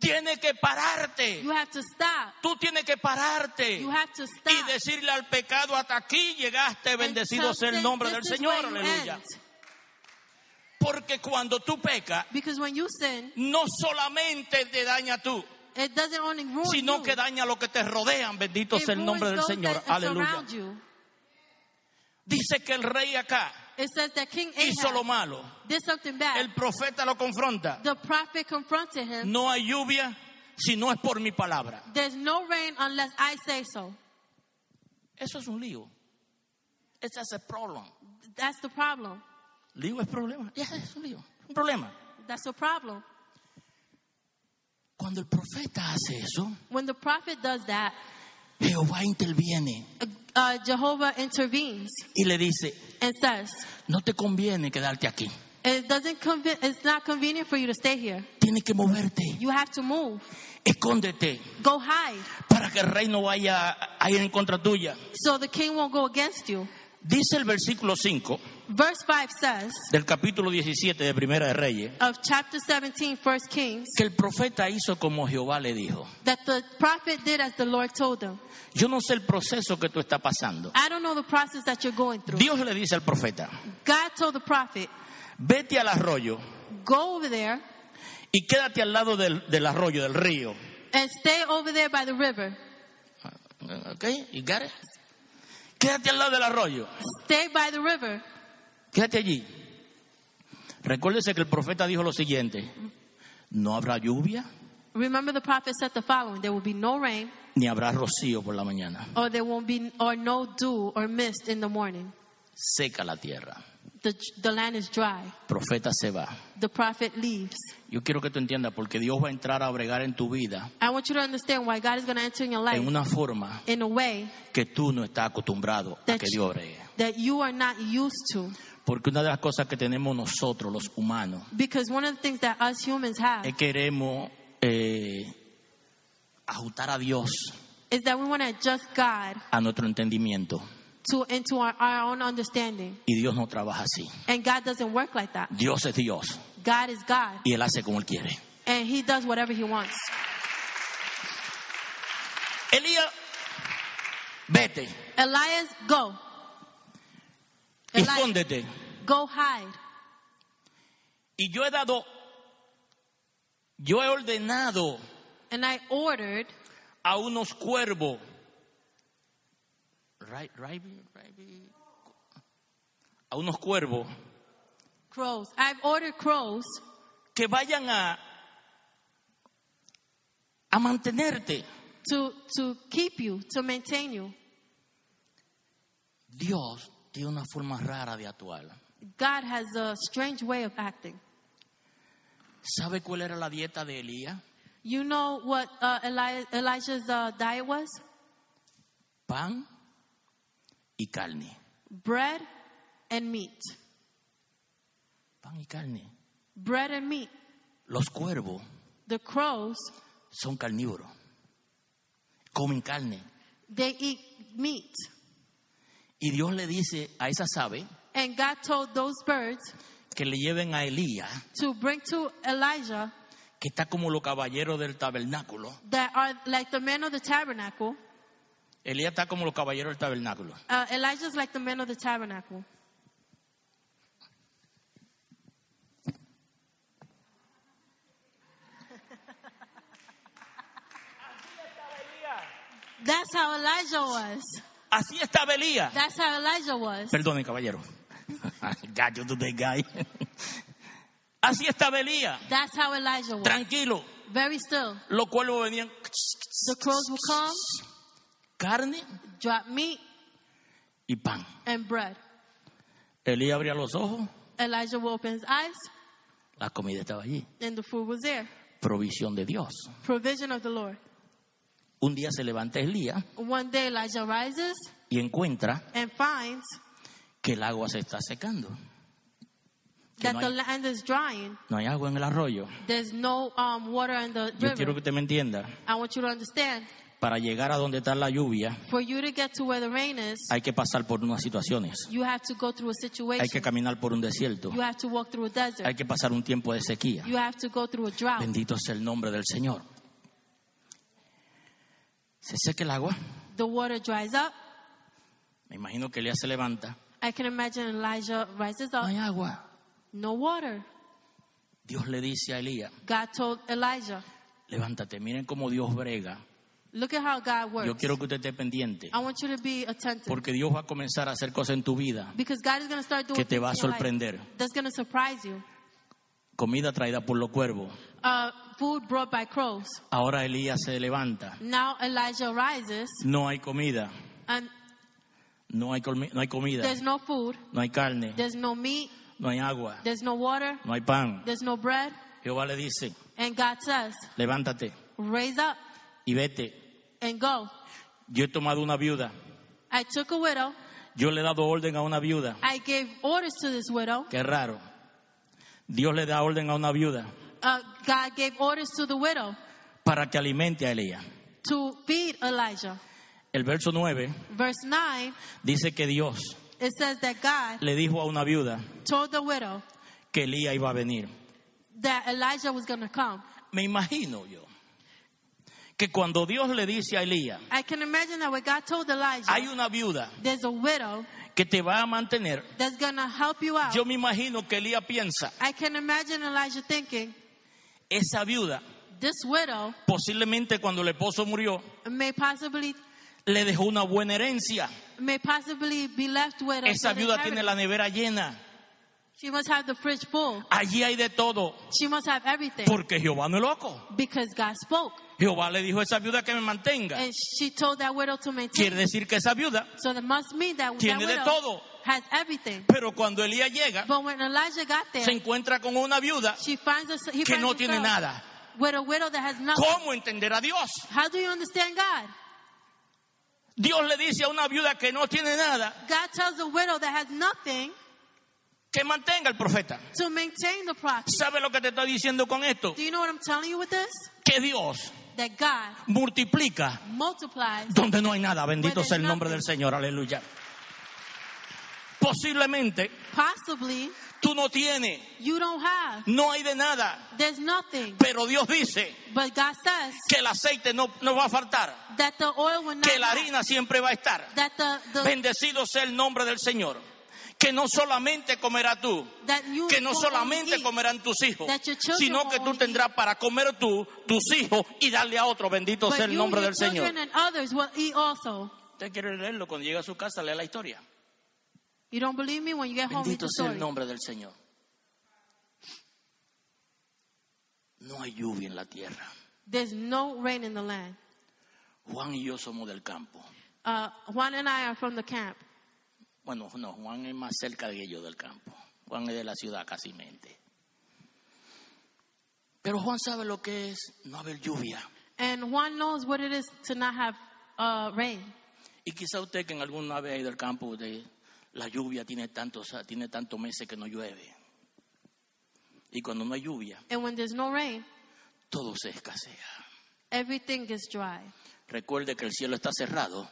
[SPEAKER 1] Tienes que pararte.
[SPEAKER 2] you have to stop.
[SPEAKER 1] Tú tienes que pararte.
[SPEAKER 2] You have to
[SPEAKER 1] Y
[SPEAKER 2] stop.
[SPEAKER 1] decirle al pecado, hasta aquí llegaste,
[SPEAKER 2] And
[SPEAKER 1] bendecido sea el
[SPEAKER 2] something-
[SPEAKER 1] nombre del
[SPEAKER 2] this is
[SPEAKER 1] Señor.
[SPEAKER 2] where you
[SPEAKER 1] Aleluya.
[SPEAKER 2] end.
[SPEAKER 1] Porque cuando tú pecas,
[SPEAKER 2] Because when you sin,
[SPEAKER 1] no solamente te daña tú,
[SPEAKER 2] it doesn't only ruin
[SPEAKER 1] sino
[SPEAKER 2] you.
[SPEAKER 1] que daña a los que te rodean. Bendito
[SPEAKER 2] It
[SPEAKER 1] sea el nombre del
[SPEAKER 2] ruins those
[SPEAKER 1] Señor.
[SPEAKER 2] that
[SPEAKER 1] Aleluya.
[SPEAKER 2] surround you.
[SPEAKER 1] Dice que el rey acá
[SPEAKER 2] It says that King
[SPEAKER 1] hizo lo
[SPEAKER 2] Ahab
[SPEAKER 1] malo.
[SPEAKER 2] did something bad.
[SPEAKER 1] El profeta lo confronta.
[SPEAKER 2] The prophet confronted him.
[SPEAKER 1] No hay lluvia si no es por mi palabra.
[SPEAKER 2] There's no rain unless I say so.
[SPEAKER 1] Eso es un lío. Ese es el problema.
[SPEAKER 2] That's the problem.
[SPEAKER 1] Lío es problema. Ya, es un lío. Un problema.
[SPEAKER 2] That's the problem.
[SPEAKER 1] Cuando el profeta hace eso,
[SPEAKER 2] When the prophet does that,
[SPEAKER 1] Jehová interviene.
[SPEAKER 2] uh, uh, Jehovah intervenes
[SPEAKER 1] y le dice,
[SPEAKER 2] and says,
[SPEAKER 1] no te conviene quedarte aquí,
[SPEAKER 2] "It doesn't. Conven- it's not convenient for you to stay here.
[SPEAKER 1] tienes que moverte,
[SPEAKER 2] You have to move.
[SPEAKER 1] escóndete
[SPEAKER 2] Go hide,
[SPEAKER 1] para que el rey no vaya a ir en contra tuya.
[SPEAKER 2] so the king won't go against you."
[SPEAKER 1] Dice el versículo 5
[SPEAKER 2] Verse five says
[SPEAKER 1] del capítulo 17 de Primera de Reyes
[SPEAKER 2] of chapter 17, 1 Kings,
[SPEAKER 1] que el profeta hizo como Jehová le dijo.
[SPEAKER 2] that the prophet did as the Lord told him.
[SPEAKER 1] Yo no sé el proceso que tú estás pasando.
[SPEAKER 2] I don't know the process that you're going through.
[SPEAKER 1] Dios le dice al profeta,
[SPEAKER 2] God told the prophet,
[SPEAKER 1] vete al arroyo
[SPEAKER 2] "Go over there
[SPEAKER 1] y quédate al lado del, del arroyo, del río.
[SPEAKER 2] and stay over there by the river.
[SPEAKER 1] ¿Ok? You got it? Quédate al lado del arroyo.
[SPEAKER 2] Stay by the river."
[SPEAKER 1] Quédate allí. Recuérdese que el profeta dijo lo siguiente: No habrá lluvia
[SPEAKER 2] Remember, the prophet said the following: There will be no rain,
[SPEAKER 1] ni habrá rocío por la mañana.
[SPEAKER 2] or there won't be, or no dew or mist in the morning.
[SPEAKER 1] Seca la tierra.
[SPEAKER 2] The, the land is dry.
[SPEAKER 1] El profeta se va.
[SPEAKER 2] The prophet leaves.
[SPEAKER 1] Yo quiero que tú entiendas, porque Dios va a entrar a bregar en tu vida
[SPEAKER 2] I want you to understand why God is going to enter in your life
[SPEAKER 1] en una forma
[SPEAKER 2] in a way
[SPEAKER 1] que tú no estás acostumbrado a
[SPEAKER 2] that
[SPEAKER 1] que
[SPEAKER 2] you,
[SPEAKER 1] Dios bregue.
[SPEAKER 2] that you are not used to.
[SPEAKER 1] Porque una de las cosas que tenemos nosotros, los humanos,
[SPEAKER 2] Because one of the things that us humans have
[SPEAKER 1] es que queremos eh, ajustar a Dios
[SPEAKER 2] is that we want to adjust God
[SPEAKER 1] a nuestro entendimiento.
[SPEAKER 2] to into our, our own understanding,
[SPEAKER 1] Y Dios no trabaja así.
[SPEAKER 2] and God doesn't work like that.
[SPEAKER 1] Dios es Dios
[SPEAKER 2] God is God,
[SPEAKER 1] y Él hace como Él quiere.
[SPEAKER 2] and He does whatever He wants.
[SPEAKER 1] Elías, vete,
[SPEAKER 2] Elias, go. Elias,
[SPEAKER 1] escóndete.
[SPEAKER 2] go hide.
[SPEAKER 1] Y yo he dado, yo he ordenado
[SPEAKER 2] And I ordered
[SPEAKER 1] a unos cuervos, Rai- raibi- raibi- a unos cuervos
[SPEAKER 2] crows. I've ordered crows
[SPEAKER 1] que vayan a, a mantenerte.
[SPEAKER 2] to to keep you, to maintain you.
[SPEAKER 1] Dios tiene una forma rara de actuar.
[SPEAKER 2] God has a strange way of acting.
[SPEAKER 1] ¿Sabe cuál era la dieta de Elías?
[SPEAKER 2] You know what uh, Eli- Elijah's uh, diet was?
[SPEAKER 1] Pan y carne.
[SPEAKER 2] Bread and meat.
[SPEAKER 1] Pan y carne.
[SPEAKER 2] Bread and meat.
[SPEAKER 1] Los cuervos
[SPEAKER 2] The crows,
[SPEAKER 1] son carnívoros. Comen carne.
[SPEAKER 2] they eat meat.
[SPEAKER 1] Y Dios le dice a esas aves
[SPEAKER 2] And God told those birds
[SPEAKER 1] que le lleven a Elías,
[SPEAKER 2] to bring to Elijah
[SPEAKER 1] que está como los caballeros del tabernáculo.
[SPEAKER 2] that are like the men of the tabernacle.
[SPEAKER 1] Elías está como los caballeros del tabernáculo.
[SPEAKER 2] Uh, Elijah's like the men of the tabernacle. That's how Elijah was.
[SPEAKER 1] Así estaba Elías.
[SPEAKER 2] That's how Elijah was.
[SPEAKER 1] Perdone, caballero. Got you today, guy. Así estaba Elías.
[SPEAKER 2] That's how Elijah was.
[SPEAKER 1] Tranquilo.
[SPEAKER 2] Very still.
[SPEAKER 1] Los cuervos venían.
[SPEAKER 2] The crows will come,
[SPEAKER 1] Carne
[SPEAKER 2] drop meat
[SPEAKER 1] y pan.
[SPEAKER 2] and bread.
[SPEAKER 1] Elías abría los ojos.
[SPEAKER 2] Elijah will open his eyes,
[SPEAKER 1] La comida estaba allí.
[SPEAKER 2] and the food was there.
[SPEAKER 1] Provisión de Dios.
[SPEAKER 2] Provision of the Lord.
[SPEAKER 1] Un día se levanta Elías
[SPEAKER 2] One day Elijah rises
[SPEAKER 1] y encuentra
[SPEAKER 2] and finds
[SPEAKER 1] que el agua se está secando. Que
[SPEAKER 2] that
[SPEAKER 1] no
[SPEAKER 2] the
[SPEAKER 1] hay-
[SPEAKER 2] land is drying.
[SPEAKER 1] No hay agua en el arroyo.
[SPEAKER 2] There's no um, water in the
[SPEAKER 1] Yo quiero
[SPEAKER 2] river.
[SPEAKER 1] que usted me entienda.
[SPEAKER 2] I want you to understand.
[SPEAKER 1] Para llegar a donde está la lluvia,
[SPEAKER 2] For you to get to where the rain is,
[SPEAKER 1] hay que pasar por unas situaciones.
[SPEAKER 2] you have to go through a
[SPEAKER 1] Hay que
[SPEAKER 2] situation.
[SPEAKER 1] caminar por un desierto.
[SPEAKER 2] Pues You have to walk through a
[SPEAKER 1] Hay
[SPEAKER 2] desert.
[SPEAKER 1] que pasar un tiempo de sequía.
[SPEAKER 2] You have to go through a drought.
[SPEAKER 1] Bendito sea el nombre del Señor. Se seca el agua.
[SPEAKER 2] The water dries up.
[SPEAKER 1] Me imagino que Elías se levanta.
[SPEAKER 2] I can imagine Elijah rises
[SPEAKER 1] No
[SPEAKER 2] up.
[SPEAKER 1] hay agua.
[SPEAKER 2] No water.
[SPEAKER 1] Dios le dice a Elías,
[SPEAKER 2] God told Elijah,
[SPEAKER 1] levántate. Miren cómo Dios brega.
[SPEAKER 2] look at how
[SPEAKER 1] Yo
[SPEAKER 2] God works.
[SPEAKER 1] quiero que usted esté pendiente.
[SPEAKER 2] I want you to be attentive.
[SPEAKER 1] Porque Dios va a comenzar a hacer cosas en tu vida
[SPEAKER 2] Because God is going to start doing
[SPEAKER 1] que te
[SPEAKER 2] things
[SPEAKER 1] va a
[SPEAKER 2] in your life
[SPEAKER 1] sorprender.
[SPEAKER 2] that's going to surprise you.
[SPEAKER 1] Comida traída por los cuervos.
[SPEAKER 2] Uh, food brought by crows.
[SPEAKER 1] Ahora Elías se levanta.
[SPEAKER 2] Now Elijah rises
[SPEAKER 1] No hay comida.
[SPEAKER 2] and
[SPEAKER 1] No hay, comi- no hay comida.
[SPEAKER 2] there's no food,
[SPEAKER 1] No hay carne.
[SPEAKER 2] there's no meat,
[SPEAKER 1] No hay agua.
[SPEAKER 2] there's no water,
[SPEAKER 1] No hay pan.
[SPEAKER 2] there's no bread.
[SPEAKER 1] Jehová le dice,
[SPEAKER 2] And God says,
[SPEAKER 1] levántate
[SPEAKER 2] raise up
[SPEAKER 1] y vete.
[SPEAKER 2] and go.
[SPEAKER 1] Yo he tomado una viuda
[SPEAKER 2] I took a widow.
[SPEAKER 1] Yo le he dado orden a una viuda.
[SPEAKER 2] I gave orders to this widow.
[SPEAKER 1] Qué raro. Dios le da orden a una viuda
[SPEAKER 2] Uh, God gave orders to the widow
[SPEAKER 1] para que alimente a Elías.
[SPEAKER 2] to feed Elijah.
[SPEAKER 1] El verso 9
[SPEAKER 2] Verse 9,
[SPEAKER 1] dice que Dios
[SPEAKER 2] it says that God
[SPEAKER 1] le dijo a una viuda
[SPEAKER 2] told the widow
[SPEAKER 1] que Elías iba a venir.
[SPEAKER 2] that Elijah was going to come.
[SPEAKER 1] Me imagino yo que cuando Dios le dice a Elías,
[SPEAKER 2] I can imagine that when God told Elijah,
[SPEAKER 1] hay una viuda
[SPEAKER 2] there's a widow
[SPEAKER 1] que te va a mantener,
[SPEAKER 2] that's going to help you out.
[SPEAKER 1] yo me imagino que Elías piensa,
[SPEAKER 2] I can imagine Elijah thinking,
[SPEAKER 1] esa viuda
[SPEAKER 2] this widow
[SPEAKER 1] posiblemente cuando el esposo murió
[SPEAKER 2] may possibly
[SPEAKER 1] le dejó una buena herencia.
[SPEAKER 2] may possibly be left with a
[SPEAKER 1] Esa
[SPEAKER 2] good
[SPEAKER 1] viuda tiene la
[SPEAKER 2] inheritance.
[SPEAKER 1] nevera llena.
[SPEAKER 2] She must have the fridge full.
[SPEAKER 1] Allí hay de todo.
[SPEAKER 2] She must have everything
[SPEAKER 1] Porque Jehová no es loco.
[SPEAKER 2] because God spoke.
[SPEAKER 1] Jehová le dijo a esa viuda que me mantenga.
[SPEAKER 2] And she told that widow to
[SPEAKER 1] Quiere
[SPEAKER 2] maintain.
[SPEAKER 1] decir que esa viuda.
[SPEAKER 2] So that must mean that
[SPEAKER 1] Tiene
[SPEAKER 2] that
[SPEAKER 1] de
[SPEAKER 2] widow
[SPEAKER 1] todo.
[SPEAKER 2] has everything.
[SPEAKER 1] Pero cuando Elías llega,
[SPEAKER 2] But when Elijah got
[SPEAKER 1] se
[SPEAKER 2] there,
[SPEAKER 1] encuentra con una viuda
[SPEAKER 2] she finds us, he
[SPEAKER 1] que
[SPEAKER 2] finds
[SPEAKER 1] no tiene
[SPEAKER 2] herself
[SPEAKER 1] nada.
[SPEAKER 2] with a widow that has nothing.
[SPEAKER 1] ¿Cómo entender a Dios?
[SPEAKER 2] How do you understand God?
[SPEAKER 1] Dios le dice a una viuda que no tiene nada
[SPEAKER 2] God tells a widow that has nothing
[SPEAKER 1] que mantenga al profeta.
[SPEAKER 2] to maintain the prophet.
[SPEAKER 1] ¿Sabe lo que te estoy diciendo con esto?
[SPEAKER 2] Do you know what I'm telling you with this?
[SPEAKER 1] Que Dios
[SPEAKER 2] That God
[SPEAKER 1] multiplica
[SPEAKER 2] multiplies.
[SPEAKER 1] donde no hay nada. Bendito sea el nombre del Señor. Aleluya. Posiblemente
[SPEAKER 2] Possibly
[SPEAKER 1] tú no tienes,
[SPEAKER 2] you don't have.
[SPEAKER 1] no hay de nada.
[SPEAKER 2] There's nothing.
[SPEAKER 1] Pero Dios dice
[SPEAKER 2] But God says
[SPEAKER 1] que el aceite no, no va a faltar,
[SPEAKER 2] that the oil will not
[SPEAKER 1] que la
[SPEAKER 2] lack,
[SPEAKER 1] harina siempre va a estar.
[SPEAKER 2] that the, the
[SPEAKER 1] Bendecido sea el nombre del Señor. Que no solamente comerás tú,
[SPEAKER 2] that you
[SPEAKER 1] que no
[SPEAKER 2] will
[SPEAKER 1] solamente
[SPEAKER 2] only eat,
[SPEAKER 1] comerán tus hijos,
[SPEAKER 2] That your children
[SPEAKER 1] sino que
[SPEAKER 2] will
[SPEAKER 1] tú
[SPEAKER 2] only
[SPEAKER 1] tendrás para comer tú, tus hijos y darle a otro. Bendito
[SPEAKER 2] but
[SPEAKER 1] sea el
[SPEAKER 2] you,
[SPEAKER 1] nombre
[SPEAKER 2] your
[SPEAKER 1] del Señor.
[SPEAKER 2] children and others will eat also.
[SPEAKER 1] Usted quiere leerlo cuando llegue a su casa, lea la historia.
[SPEAKER 2] You don't believe me when you get home read
[SPEAKER 1] Bendito
[SPEAKER 2] the
[SPEAKER 1] sea
[SPEAKER 2] story.
[SPEAKER 1] el nombre del Señor. No hay lluvia en la tierra.
[SPEAKER 2] There's no rain in the land.
[SPEAKER 1] Juan y yo somos del campo.
[SPEAKER 2] Uh, Juan and I are from the camp.
[SPEAKER 1] Bueno, no, Juan es más cerca que yo del campo. Juan es de la ciudad casi mente. Pero Juan sabe lo que es no haber lluvia.
[SPEAKER 2] And Juan knows what it is to not have uh, rain.
[SPEAKER 1] Y quizá usted que en alguna vez ha ido al campo, usted, la lluvia tiene tantos, tiene tantos meses que no llueve. Y cuando no hay lluvia,
[SPEAKER 2] And when there's no rain,
[SPEAKER 1] todo se escasea.
[SPEAKER 2] everything gets dry.
[SPEAKER 1] Recuerde que el cielo está cerrado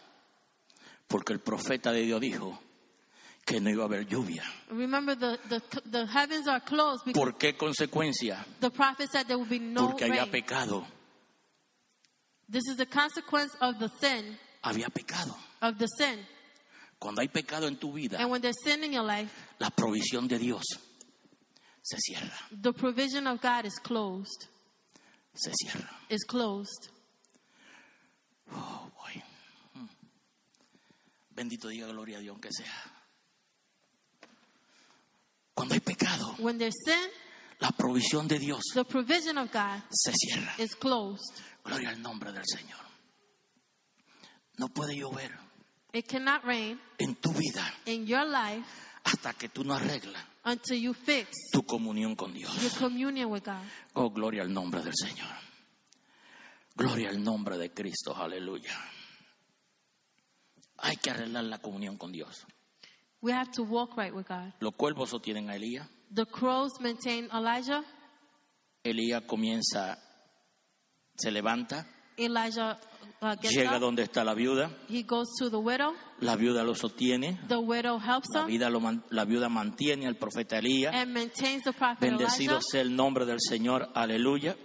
[SPEAKER 1] porque el profeta de Dios dijo que no iba a haber lluvia.
[SPEAKER 2] Remember, the, the, the heavens are closed because
[SPEAKER 1] ¿Por qué consecuencia?
[SPEAKER 2] the prophet said there will be no
[SPEAKER 1] Porque había
[SPEAKER 2] rain.
[SPEAKER 1] pecado.
[SPEAKER 2] This is the consequence of the sin,
[SPEAKER 1] Había pecado.
[SPEAKER 2] of the sin.
[SPEAKER 1] Cuando hay pecado en tu vida,
[SPEAKER 2] And when there's sin in your life,
[SPEAKER 1] la provisión de Dios se cierra,
[SPEAKER 2] the provision of God is closed.
[SPEAKER 1] se cierra.
[SPEAKER 2] Is closed.
[SPEAKER 1] Oh, boy. Mm. Bendito diga gloria a Dios que sea. Cuando hay pecado,
[SPEAKER 2] When there's sin,
[SPEAKER 1] la provisión de Dios
[SPEAKER 2] the provision of God
[SPEAKER 1] se cierra.
[SPEAKER 2] is closed.
[SPEAKER 1] Gloria al nombre del Señor. No puede llover
[SPEAKER 2] It cannot rain
[SPEAKER 1] en tu vida
[SPEAKER 2] in your life
[SPEAKER 1] hasta que tú no arreglas
[SPEAKER 2] until you fix
[SPEAKER 1] tu comunión con
[SPEAKER 2] your
[SPEAKER 1] Dios.
[SPEAKER 2] communion with God.
[SPEAKER 1] Oh, gloria al nombre del Señor. Gloria al nombre de Cristo. Aleluya. Hay que arreglar la comunión con Dios.
[SPEAKER 2] We have to walk right with God.
[SPEAKER 1] Los cuervos sostienen a Elías.
[SPEAKER 2] The crows maintain Elijah.
[SPEAKER 1] Elías comienza, se levanta,
[SPEAKER 2] Elijah uh, gets
[SPEAKER 1] llega
[SPEAKER 2] up.
[SPEAKER 1] donde está la viuda.
[SPEAKER 2] He goes to the widow.
[SPEAKER 1] La viuda lo sostiene.
[SPEAKER 2] The widow helps
[SPEAKER 1] La,
[SPEAKER 2] him
[SPEAKER 1] vida lo man- la viuda mantiene al profeta Elías.
[SPEAKER 2] and maintains the prophet Elijah.
[SPEAKER 1] Bendecido sea el nombre del Señor, aleluya.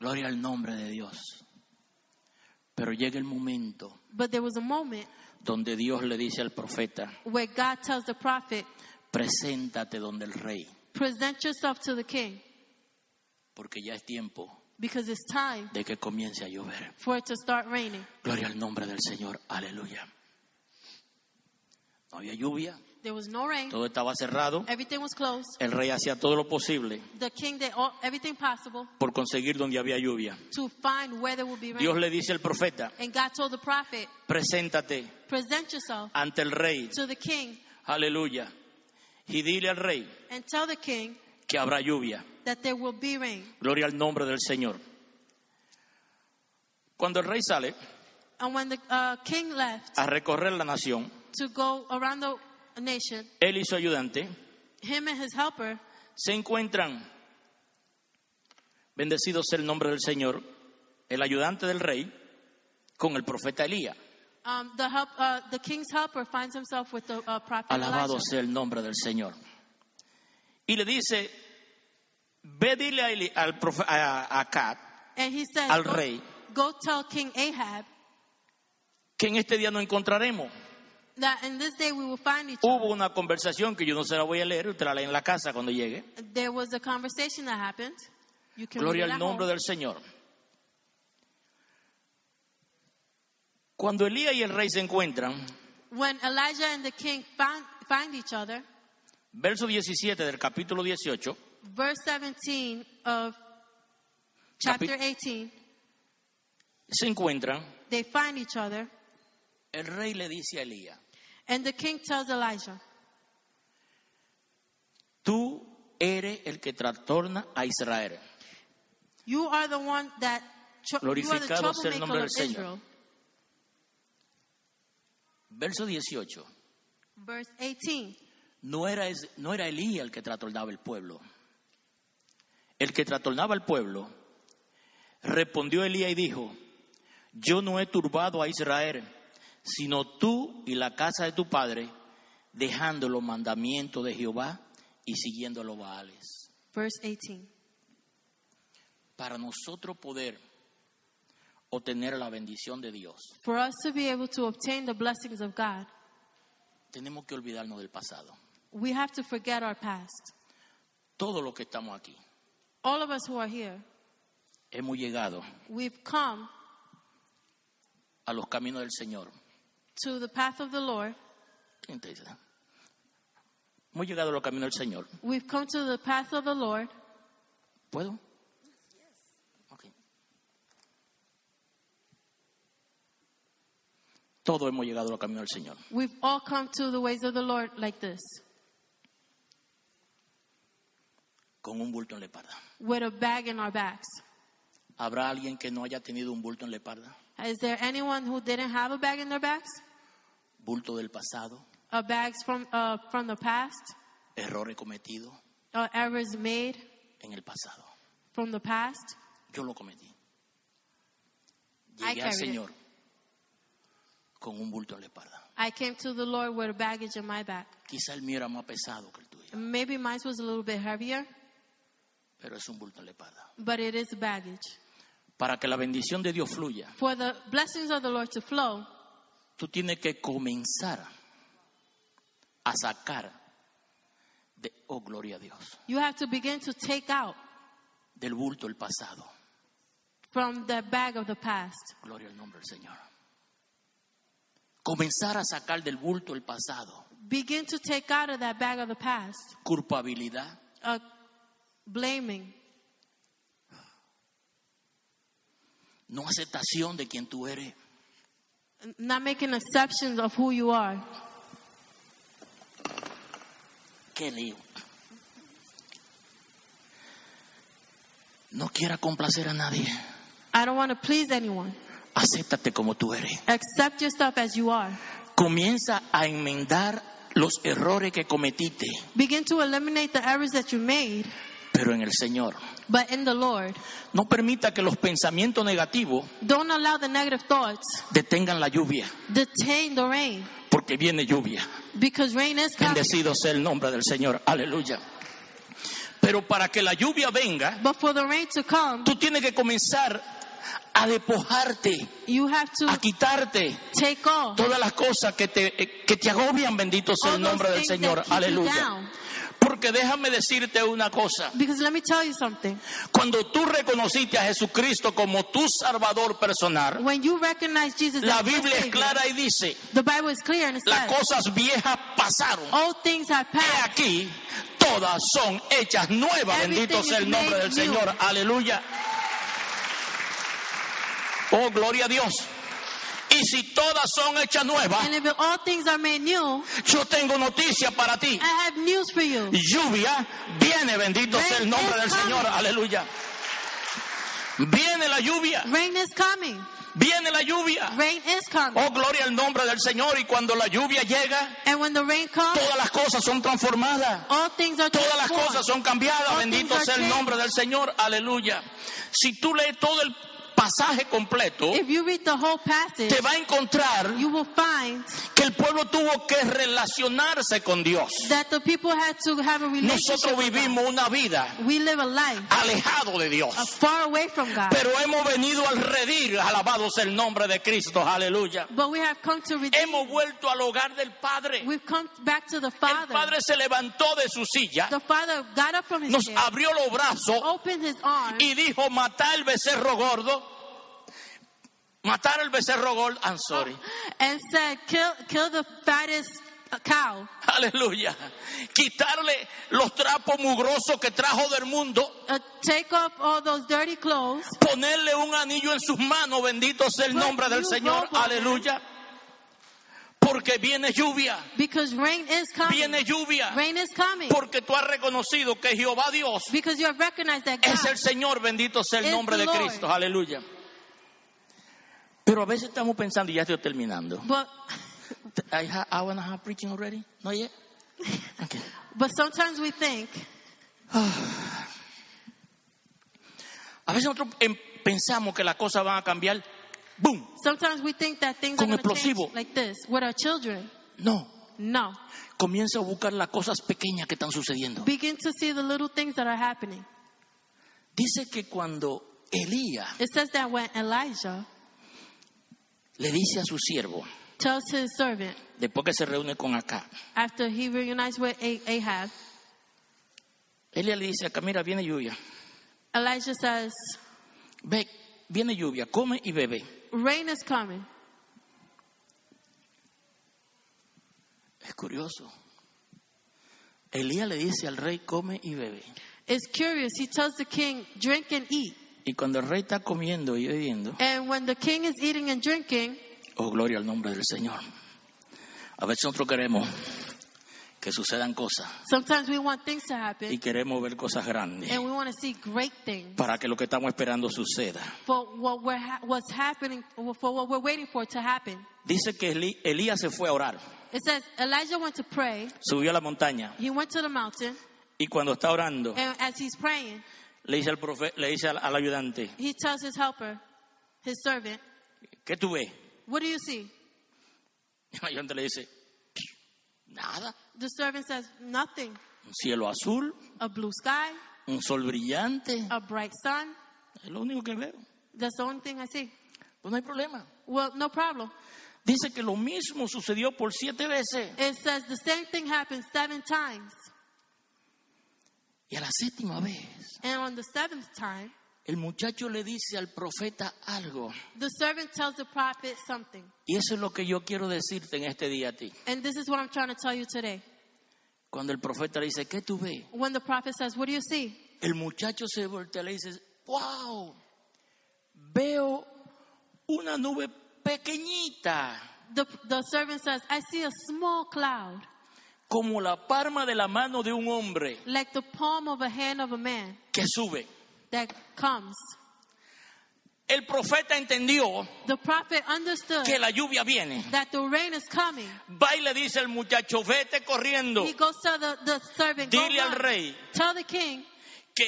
[SPEAKER 1] Gloria al nombre de Dios. Pero llega el momento
[SPEAKER 2] But there was a moment
[SPEAKER 1] donde Dios le dice al profeta,
[SPEAKER 2] where God tells the prophet,
[SPEAKER 1] preséntate donde el rey,
[SPEAKER 2] present yourself to the king
[SPEAKER 1] porque ya es tiempo
[SPEAKER 2] because it's time
[SPEAKER 1] de que comience a llover.
[SPEAKER 2] for it to start raining.
[SPEAKER 1] Gloria al nombre del Señor, aleluya. No había lluvia,
[SPEAKER 2] There was no rain.
[SPEAKER 1] todo estaba cerrado,
[SPEAKER 2] Everything was closed.
[SPEAKER 1] el rey hacía todo lo posible
[SPEAKER 2] The king did all, everything possible
[SPEAKER 1] por conseguir donde había lluvia.
[SPEAKER 2] to find where there would be rain.
[SPEAKER 1] Dios le dice al profeta,
[SPEAKER 2] and God told the prophet,
[SPEAKER 1] preséntate
[SPEAKER 2] present yourself
[SPEAKER 1] ante el rey,
[SPEAKER 2] to the king
[SPEAKER 1] Aleluya. Y dile al rey
[SPEAKER 2] and tell the king
[SPEAKER 1] que habrá lluvia.
[SPEAKER 2] that there will be rain.
[SPEAKER 1] Gloria al nombre del Señor. Cuando el rey sale,
[SPEAKER 2] And when the uh, king left
[SPEAKER 1] a recorrer la nación,
[SPEAKER 2] to go around the nation,
[SPEAKER 1] él y su ayudante
[SPEAKER 2] him and his helper
[SPEAKER 1] se encuentran, bendecido sea el nombre del Señor, el ayudante del rey con el profeta Elías.
[SPEAKER 2] Um, the, help, uh, the king's helper finds himself with the uh, prophet
[SPEAKER 1] Alabado
[SPEAKER 2] Elijah.
[SPEAKER 1] sea el nombre del Señor. Y le dice, ve dile a, Eli- al profe- a- a Acab
[SPEAKER 2] And he said,
[SPEAKER 1] al
[SPEAKER 2] go,
[SPEAKER 1] rey.
[SPEAKER 2] go tell King Ahab
[SPEAKER 1] que en este día no encontraremos.
[SPEAKER 2] that in this day we will find each
[SPEAKER 1] Hubo una conversación que yo no se la voy a leer, usted la lee en la casa cuando llegue.
[SPEAKER 2] other. There was a conversation that happened. You can
[SPEAKER 1] Gloria
[SPEAKER 2] read it
[SPEAKER 1] al
[SPEAKER 2] at
[SPEAKER 1] nombre
[SPEAKER 2] home.
[SPEAKER 1] del Señor. Cuando Elías y el rey se encuentran,
[SPEAKER 2] When Elijah and the king find, find each other,
[SPEAKER 1] verso 17 del capítulo 18,
[SPEAKER 2] verse 17 of chapter 18,
[SPEAKER 1] se encuentran,
[SPEAKER 2] they find each other,
[SPEAKER 1] el rey le dice a Elías,
[SPEAKER 2] and the king tells Elijah,
[SPEAKER 1] tú eres el que trastorna a Israel.
[SPEAKER 2] You are the one that, tr- you are the
[SPEAKER 1] Glorificado sea el nombre
[SPEAKER 2] troublemaker
[SPEAKER 1] del
[SPEAKER 2] of
[SPEAKER 1] Señor.
[SPEAKER 2] Israel.
[SPEAKER 1] Verso 18,
[SPEAKER 2] Verse 18.
[SPEAKER 1] no era, es- no era Elías el que trastornaba el pueblo. El que trastornaba el pueblo, respondió Elías y dijo, yo no he turbado a Israel, sino tú y la casa de tu padre, dejando los mandamientos de Jehová y siguiendo los Baales.
[SPEAKER 2] Verse 18.
[SPEAKER 1] Para nosotros poder obtener la bendición de Dios,
[SPEAKER 2] For us to be able to obtain the blessings of God,
[SPEAKER 1] tenemos que olvidarnos del pasado.
[SPEAKER 2] we have to forget our past.
[SPEAKER 1] Todos los que estamos aquí
[SPEAKER 2] All of us who are here,
[SPEAKER 1] hemos llegado
[SPEAKER 2] we've come
[SPEAKER 1] a los caminos del Señor.
[SPEAKER 2] to the path of the Lord.
[SPEAKER 1] Entonces, hemos llegado a los caminos del Señor.
[SPEAKER 2] We've come to the path of the Lord.
[SPEAKER 1] ¿Puedo? Ok. Todos hemos llegado a los caminos del Señor.
[SPEAKER 2] We've all come to the ways of the Lord like this,
[SPEAKER 1] Con un bulto en la espalda.
[SPEAKER 2] with a bag in our backs.
[SPEAKER 1] ¿Habrá alguien que no haya tenido un bulto en la espalda?
[SPEAKER 2] Is there anyone who didn't have a bag in their backs?
[SPEAKER 1] Bulto del pasado,
[SPEAKER 2] A bags from uh, from the past,
[SPEAKER 1] errores cometidos
[SPEAKER 2] uh, errors made
[SPEAKER 1] en el pasado.
[SPEAKER 2] from the past.
[SPEAKER 1] Yo lo cometí.
[SPEAKER 2] I
[SPEAKER 1] Llegué al
[SPEAKER 2] carried it.
[SPEAKER 1] Señor con un bulto en la espalda.
[SPEAKER 2] I came to the Lord with a baggage in my back.
[SPEAKER 1] Quizá el mío era más pesado que el tuyo,
[SPEAKER 2] Maybe mine was a little bit heavier,
[SPEAKER 1] pero es un bulto en la espalda.
[SPEAKER 2] but it is baggage.
[SPEAKER 1] Para que la bendición de Dios fluya,
[SPEAKER 2] For the blessings of the Lord to flow,
[SPEAKER 1] tú tienes que comenzar a sacar de, oh gloria a Dios,
[SPEAKER 2] you have to begin to take out
[SPEAKER 1] del bulto el pasado,
[SPEAKER 2] from the bag of the past.
[SPEAKER 1] gloria al nombre del Señor. Comenzar a sacar del bulto el pasado,
[SPEAKER 2] Begin to take out of that bag of the past
[SPEAKER 1] culpabilidad,
[SPEAKER 2] uh, blaming,
[SPEAKER 1] no aceptación de quien tú eres,
[SPEAKER 2] not making exceptions of who you are.
[SPEAKER 1] qué lío. No quiera complacer a nadie,
[SPEAKER 2] I don't want to please anyone.
[SPEAKER 1] acéptate como tú eres.
[SPEAKER 2] Accept yourself as you are.
[SPEAKER 1] Comienza a enmendar los errores que cometiste,
[SPEAKER 2] Begin to eliminate the errors that you made,
[SPEAKER 1] pero en el Señor.
[SPEAKER 2] but in the Lord.
[SPEAKER 1] No permita que los pensamientos negativos
[SPEAKER 2] Don't allow the negative thoughts
[SPEAKER 1] detengan la lluvia,
[SPEAKER 2] detain the rain,
[SPEAKER 1] porque viene lluvia.
[SPEAKER 2] because rain is coming.
[SPEAKER 1] Bendecido sea el nombre del Señor. Aleluya. Pero para que la lluvia venga,
[SPEAKER 2] But for the rain to come,
[SPEAKER 1] tú tienes que comenzar a despojarte,
[SPEAKER 2] you have
[SPEAKER 1] a
[SPEAKER 2] to
[SPEAKER 1] quitarte
[SPEAKER 2] take off
[SPEAKER 1] todas las cosas que te, eh, que te agobian. Bendito sea
[SPEAKER 2] all
[SPEAKER 1] el
[SPEAKER 2] those
[SPEAKER 1] nombre del
[SPEAKER 2] things
[SPEAKER 1] Señor.
[SPEAKER 2] that keep you
[SPEAKER 1] Aleluya.
[SPEAKER 2] down.
[SPEAKER 1] Porque déjame decirte una cosa.
[SPEAKER 2] Because let me tell you something.
[SPEAKER 1] Cuando tú reconociste a Jesucristo como tu Salvador personal,
[SPEAKER 2] When you recognize Jesus,
[SPEAKER 1] la
[SPEAKER 2] as your
[SPEAKER 1] Biblia es
[SPEAKER 2] Savior,
[SPEAKER 1] clara y dice,
[SPEAKER 2] The Bible is clear and it
[SPEAKER 1] las
[SPEAKER 2] says,
[SPEAKER 1] cosas viejas pasaron.
[SPEAKER 2] all things have
[SPEAKER 1] He
[SPEAKER 2] passed.
[SPEAKER 1] aquí, todas son hechas nuevas.
[SPEAKER 2] Everything
[SPEAKER 1] Bendito sea el
[SPEAKER 2] is
[SPEAKER 1] nombre del
[SPEAKER 2] made new.
[SPEAKER 1] Señor. Aleluya. Oh, gloria a Dios. Y si todas son hechas nuevas,
[SPEAKER 2] And if all things are made new,
[SPEAKER 1] yo tengo noticia para ti.
[SPEAKER 2] I have news for you.
[SPEAKER 1] Lluvia viene, bendito sea el nombre del Señor. Aleluya. Viene la lluvia,
[SPEAKER 2] Rain is coming.
[SPEAKER 1] Viene la lluvia.
[SPEAKER 2] Rain is coming.
[SPEAKER 1] Oh, gloria al nombre del Señor. Y cuando la lluvia llega,
[SPEAKER 2] And when the rain comes,
[SPEAKER 1] todas las cosas son transformadas.
[SPEAKER 2] all things are
[SPEAKER 1] Todas las
[SPEAKER 2] transformed.
[SPEAKER 1] cosas son cambiadas.
[SPEAKER 2] All
[SPEAKER 1] Bendito
[SPEAKER 2] things are
[SPEAKER 1] sea el
[SPEAKER 2] changed.
[SPEAKER 1] nombre del Señor. Aleluya. Si tú lees todo el pasaje completo,
[SPEAKER 2] If you read the whole passage,
[SPEAKER 1] te va a encontrar
[SPEAKER 2] you will find
[SPEAKER 1] que el pueblo tuvo que relacionarse con Dios.
[SPEAKER 2] that the people had to have a relationship.
[SPEAKER 1] Nosotros
[SPEAKER 2] with God.
[SPEAKER 1] vivimos una vida
[SPEAKER 2] We live a life
[SPEAKER 1] alejado de Dios.
[SPEAKER 2] uh, far away from God,
[SPEAKER 1] Pero hemos venido al redir, alabado sea el nombre de Cristo, aleluya.
[SPEAKER 2] but we have come to redeem.
[SPEAKER 1] Hemos vuelto al hogar del Padre.
[SPEAKER 2] We've come back to the
[SPEAKER 1] El
[SPEAKER 2] Father.
[SPEAKER 1] Padre se levantó de su silla,
[SPEAKER 2] The Oh, Father got up from his
[SPEAKER 1] nos
[SPEAKER 2] chair,
[SPEAKER 1] abrió los brazos
[SPEAKER 2] opened his arms,
[SPEAKER 1] y dijo, matar el becerro gordo, matar el becerro gordo, I'm sorry,
[SPEAKER 2] and said, "Kill, kill the fattest uh, cow,
[SPEAKER 1] aleluya. Quitarle los trapos mugrosos que trajo del mundo,
[SPEAKER 2] uh, take off all those dirty clothes,
[SPEAKER 1] ponerle un anillo en sus manos, bendito sea el
[SPEAKER 2] Put
[SPEAKER 1] nombre del
[SPEAKER 2] new
[SPEAKER 1] Señor,
[SPEAKER 2] robe on him.
[SPEAKER 1] aleluya. Porque viene lluvia,
[SPEAKER 2] because rain is coming.
[SPEAKER 1] viene lluvia.
[SPEAKER 2] rain is coming,
[SPEAKER 1] Porque tú has reconocido que Jehová Dios
[SPEAKER 2] because you have recognized that God
[SPEAKER 1] es el Señor, bendito sea el
[SPEAKER 2] Es
[SPEAKER 1] nombre de
[SPEAKER 2] Lord.
[SPEAKER 1] Cristo, aleluya. Pero a veces estamos pensando, y ya estoy terminando.
[SPEAKER 2] But
[SPEAKER 1] I ha- hour and a half preaching already? Not yet? Okay.
[SPEAKER 2] but sometimes we think
[SPEAKER 1] A veces nosotros em, pensamos que las cosas van a cambiar. ¡Boom!
[SPEAKER 2] sometimes we think that things
[SPEAKER 1] Con
[SPEAKER 2] are going to
[SPEAKER 1] explosivo.
[SPEAKER 2] change like this with our children.
[SPEAKER 1] No.
[SPEAKER 2] No,
[SPEAKER 1] Comienza a buscar las cosas pequeñas que están sucediendo.
[SPEAKER 2] begin to see the little things that are happening.
[SPEAKER 1] Dice que cuando Elías
[SPEAKER 2] It says that when Elijah
[SPEAKER 1] le dice a su siervo,
[SPEAKER 2] tells his servant
[SPEAKER 1] después que se reúne con acá,
[SPEAKER 2] after he reunites with A- Ahab,
[SPEAKER 1] Elías le dice acá, mira, viene lluvia.
[SPEAKER 2] Elijah says,
[SPEAKER 1] Ve, viene lluvia, come y bebe.
[SPEAKER 2] "Rain is coming."
[SPEAKER 1] Es curioso. Elías le dice al rey, come y bebe.
[SPEAKER 2] It's curious. He tells the king, "Drink and eat."
[SPEAKER 1] Y cuando el rey está comiendo y bebiendo,
[SPEAKER 2] And when the king is eating and drinking,
[SPEAKER 1] oh gloria al nombre del Señor. A veces nosotros queremos que sucedan cosas
[SPEAKER 2] sometimes we want things to
[SPEAKER 1] y
[SPEAKER 2] happen
[SPEAKER 1] queremos ver cosas grandes
[SPEAKER 2] and we want to see great things.
[SPEAKER 1] para que lo que estamos esperando suceda.
[SPEAKER 2] for what we're ha- what's happening, for what we're waiting for to happen.
[SPEAKER 1] Dice que Eli- Elías se fue a orar,
[SPEAKER 2] It says Elijah went to pray.
[SPEAKER 1] subió a la montaña
[SPEAKER 2] He went to the mountain,
[SPEAKER 1] y cuando está orando
[SPEAKER 2] and as he's praying,
[SPEAKER 1] le dice al, profe- le dice al, al ayudante,
[SPEAKER 2] he tells his helper, his servant,
[SPEAKER 1] ¿qué tú ves?
[SPEAKER 2] "What do you see?"
[SPEAKER 1] Y el ayudante le dice, nada,
[SPEAKER 2] The servant says, "Nothing.
[SPEAKER 1] un cielo azul,
[SPEAKER 2] A blue sky,
[SPEAKER 1] un sol brillante,
[SPEAKER 2] a bright sun.
[SPEAKER 1] es lo único que veo.
[SPEAKER 2] That's the only thing I see."
[SPEAKER 1] Pues no hay problema.
[SPEAKER 2] Well, no problem.
[SPEAKER 1] Dice que lo mismo sucedió por siete veces.
[SPEAKER 2] It says the same thing happened seven times,
[SPEAKER 1] Y a la séptima vez,
[SPEAKER 2] and on the seventh time,
[SPEAKER 1] el muchacho le dice al profeta algo.
[SPEAKER 2] the servant tells the prophet something.
[SPEAKER 1] Y eso es lo que yo quiero decirte en este día a ti.
[SPEAKER 2] And this is what I'm trying to tell you today.
[SPEAKER 1] Cuando el profeta le dice, ¿qué tú ves?
[SPEAKER 2] When the prophet says, "What do you see?"
[SPEAKER 1] El muchacho se voltea y le dice, wow, veo una nube pequeñita,
[SPEAKER 2] The, the servant says, I see a small cloud,
[SPEAKER 1] como la palma de la mano de un hombre
[SPEAKER 2] like the palm of a hand of a man
[SPEAKER 1] que sube.
[SPEAKER 2] that comes.
[SPEAKER 1] El profeta entendió
[SPEAKER 2] The prophet understood
[SPEAKER 1] que la lluvia viene.
[SPEAKER 2] that the rain is coming.
[SPEAKER 1] Va y le dice al muchacho, vete corriendo.
[SPEAKER 2] He goes to the, the servant, "Go
[SPEAKER 1] Dile al
[SPEAKER 2] run.
[SPEAKER 1] rey
[SPEAKER 2] tell the king
[SPEAKER 1] que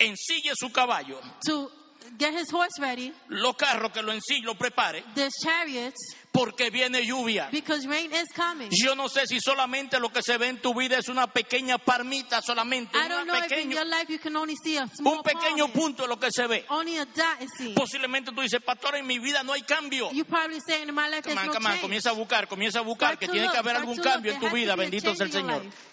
[SPEAKER 1] ensille su caballo,
[SPEAKER 2] to get his horse ready,
[SPEAKER 1] los carros que lo ensille, lo prepare,
[SPEAKER 2] the chariots,
[SPEAKER 1] porque viene lluvia.
[SPEAKER 2] because rain is coming.
[SPEAKER 1] Yo no sé si solamente lo que se ve en tu vida es una pequeña parmita, solamente
[SPEAKER 2] I don't
[SPEAKER 1] una
[SPEAKER 2] know if in
[SPEAKER 1] pequeño-
[SPEAKER 2] your life you can only see a small
[SPEAKER 1] un pequeño
[SPEAKER 2] palm.
[SPEAKER 1] punto Pues, de lo que se ve.
[SPEAKER 2] Only a dot is seen.
[SPEAKER 1] Posiblemente tú dices, pastor, en mi vida no hay cambio.
[SPEAKER 2] You probably saying in my life there's
[SPEAKER 1] Come on,
[SPEAKER 2] no
[SPEAKER 1] come on,
[SPEAKER 2] change.
[SPEAKER 1] comienza a buscar, comienza a buscar,
[SPEAKER 2] Start
[SPEAKER 1] que
[SPEAKER 2] to
[SPEAKER 1] tiene
[SPEAKER 2] look,
[SPEAKER 1] que haber
[SPEAKER 2] start
[SPEAKER 1] algún
[SPEAKER 2] to
[SPEAKER 1] cambio
[SPEAKER 2] look.
[SPEAKER 1] en tu
[SPEAKER 2] There has
[SPEAKER 1] vida,
[SPEAKER 2] to be a
[SPEAKER 1] bendito sea el
[SPEAKER 2] change in your
[SPEAKER 1] Señor.
[SPEAKER 2] life.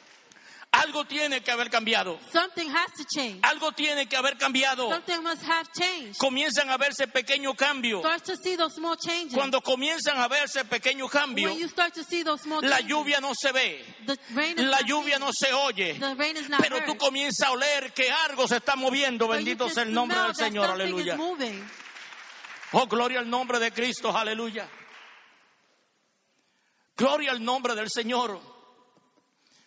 [SPEAKER 1] Algo tiene que haber cambiado,
[SPEAKER 2] Something has to change.
[SPEAKER 1] algo tiene que haber cambiado.
[SPEAKER 2] Something must have changed.
[SPEAKER 1] Comienzan a verse pequeños cambios.
[SPEAKER 2] Start to see those small changes.
[SPEAKER 1] Cuando comienzan a verse pequeños cambios,
[SPEAKER 2] when you start to see those small
[SPEAKER 1] La
[SPEAKER 2] changes,
[SPEAKER 1] lluvia no se ve,
[SPEAKER 2] the rain is
[SPEAKER 1] la
[SPEAKER 2] not
[SPEAKER 1] lluvia no
[SPEAKER 2] seen.
[SPEAKER 1] se oye,
[SPEAKER 2] The rain is not
[SPEAKER 1] pero tú
[SPEAKER 2] heard.
[SPEAKER 1] comienzas a oler que algo se está moviendo,
[SPEAKER 2] But you
[SPEAKER 1] bendito
[SPEAKER 2] can
[SPEAKER 1] sea el nombre
[SPEAKER 2] smell
[SPEAKER 1] del
[SPEAKER 2] that
[SPEAKER 1] Señor,
[SPEAKER 2] something is
[SPEAKER 1] aleluya.
[SPEAKER 2] moving.
[SPEAKER 1] Oh, gloria al nombre de Cristo, aleluya. Gloria al nombre del Señor.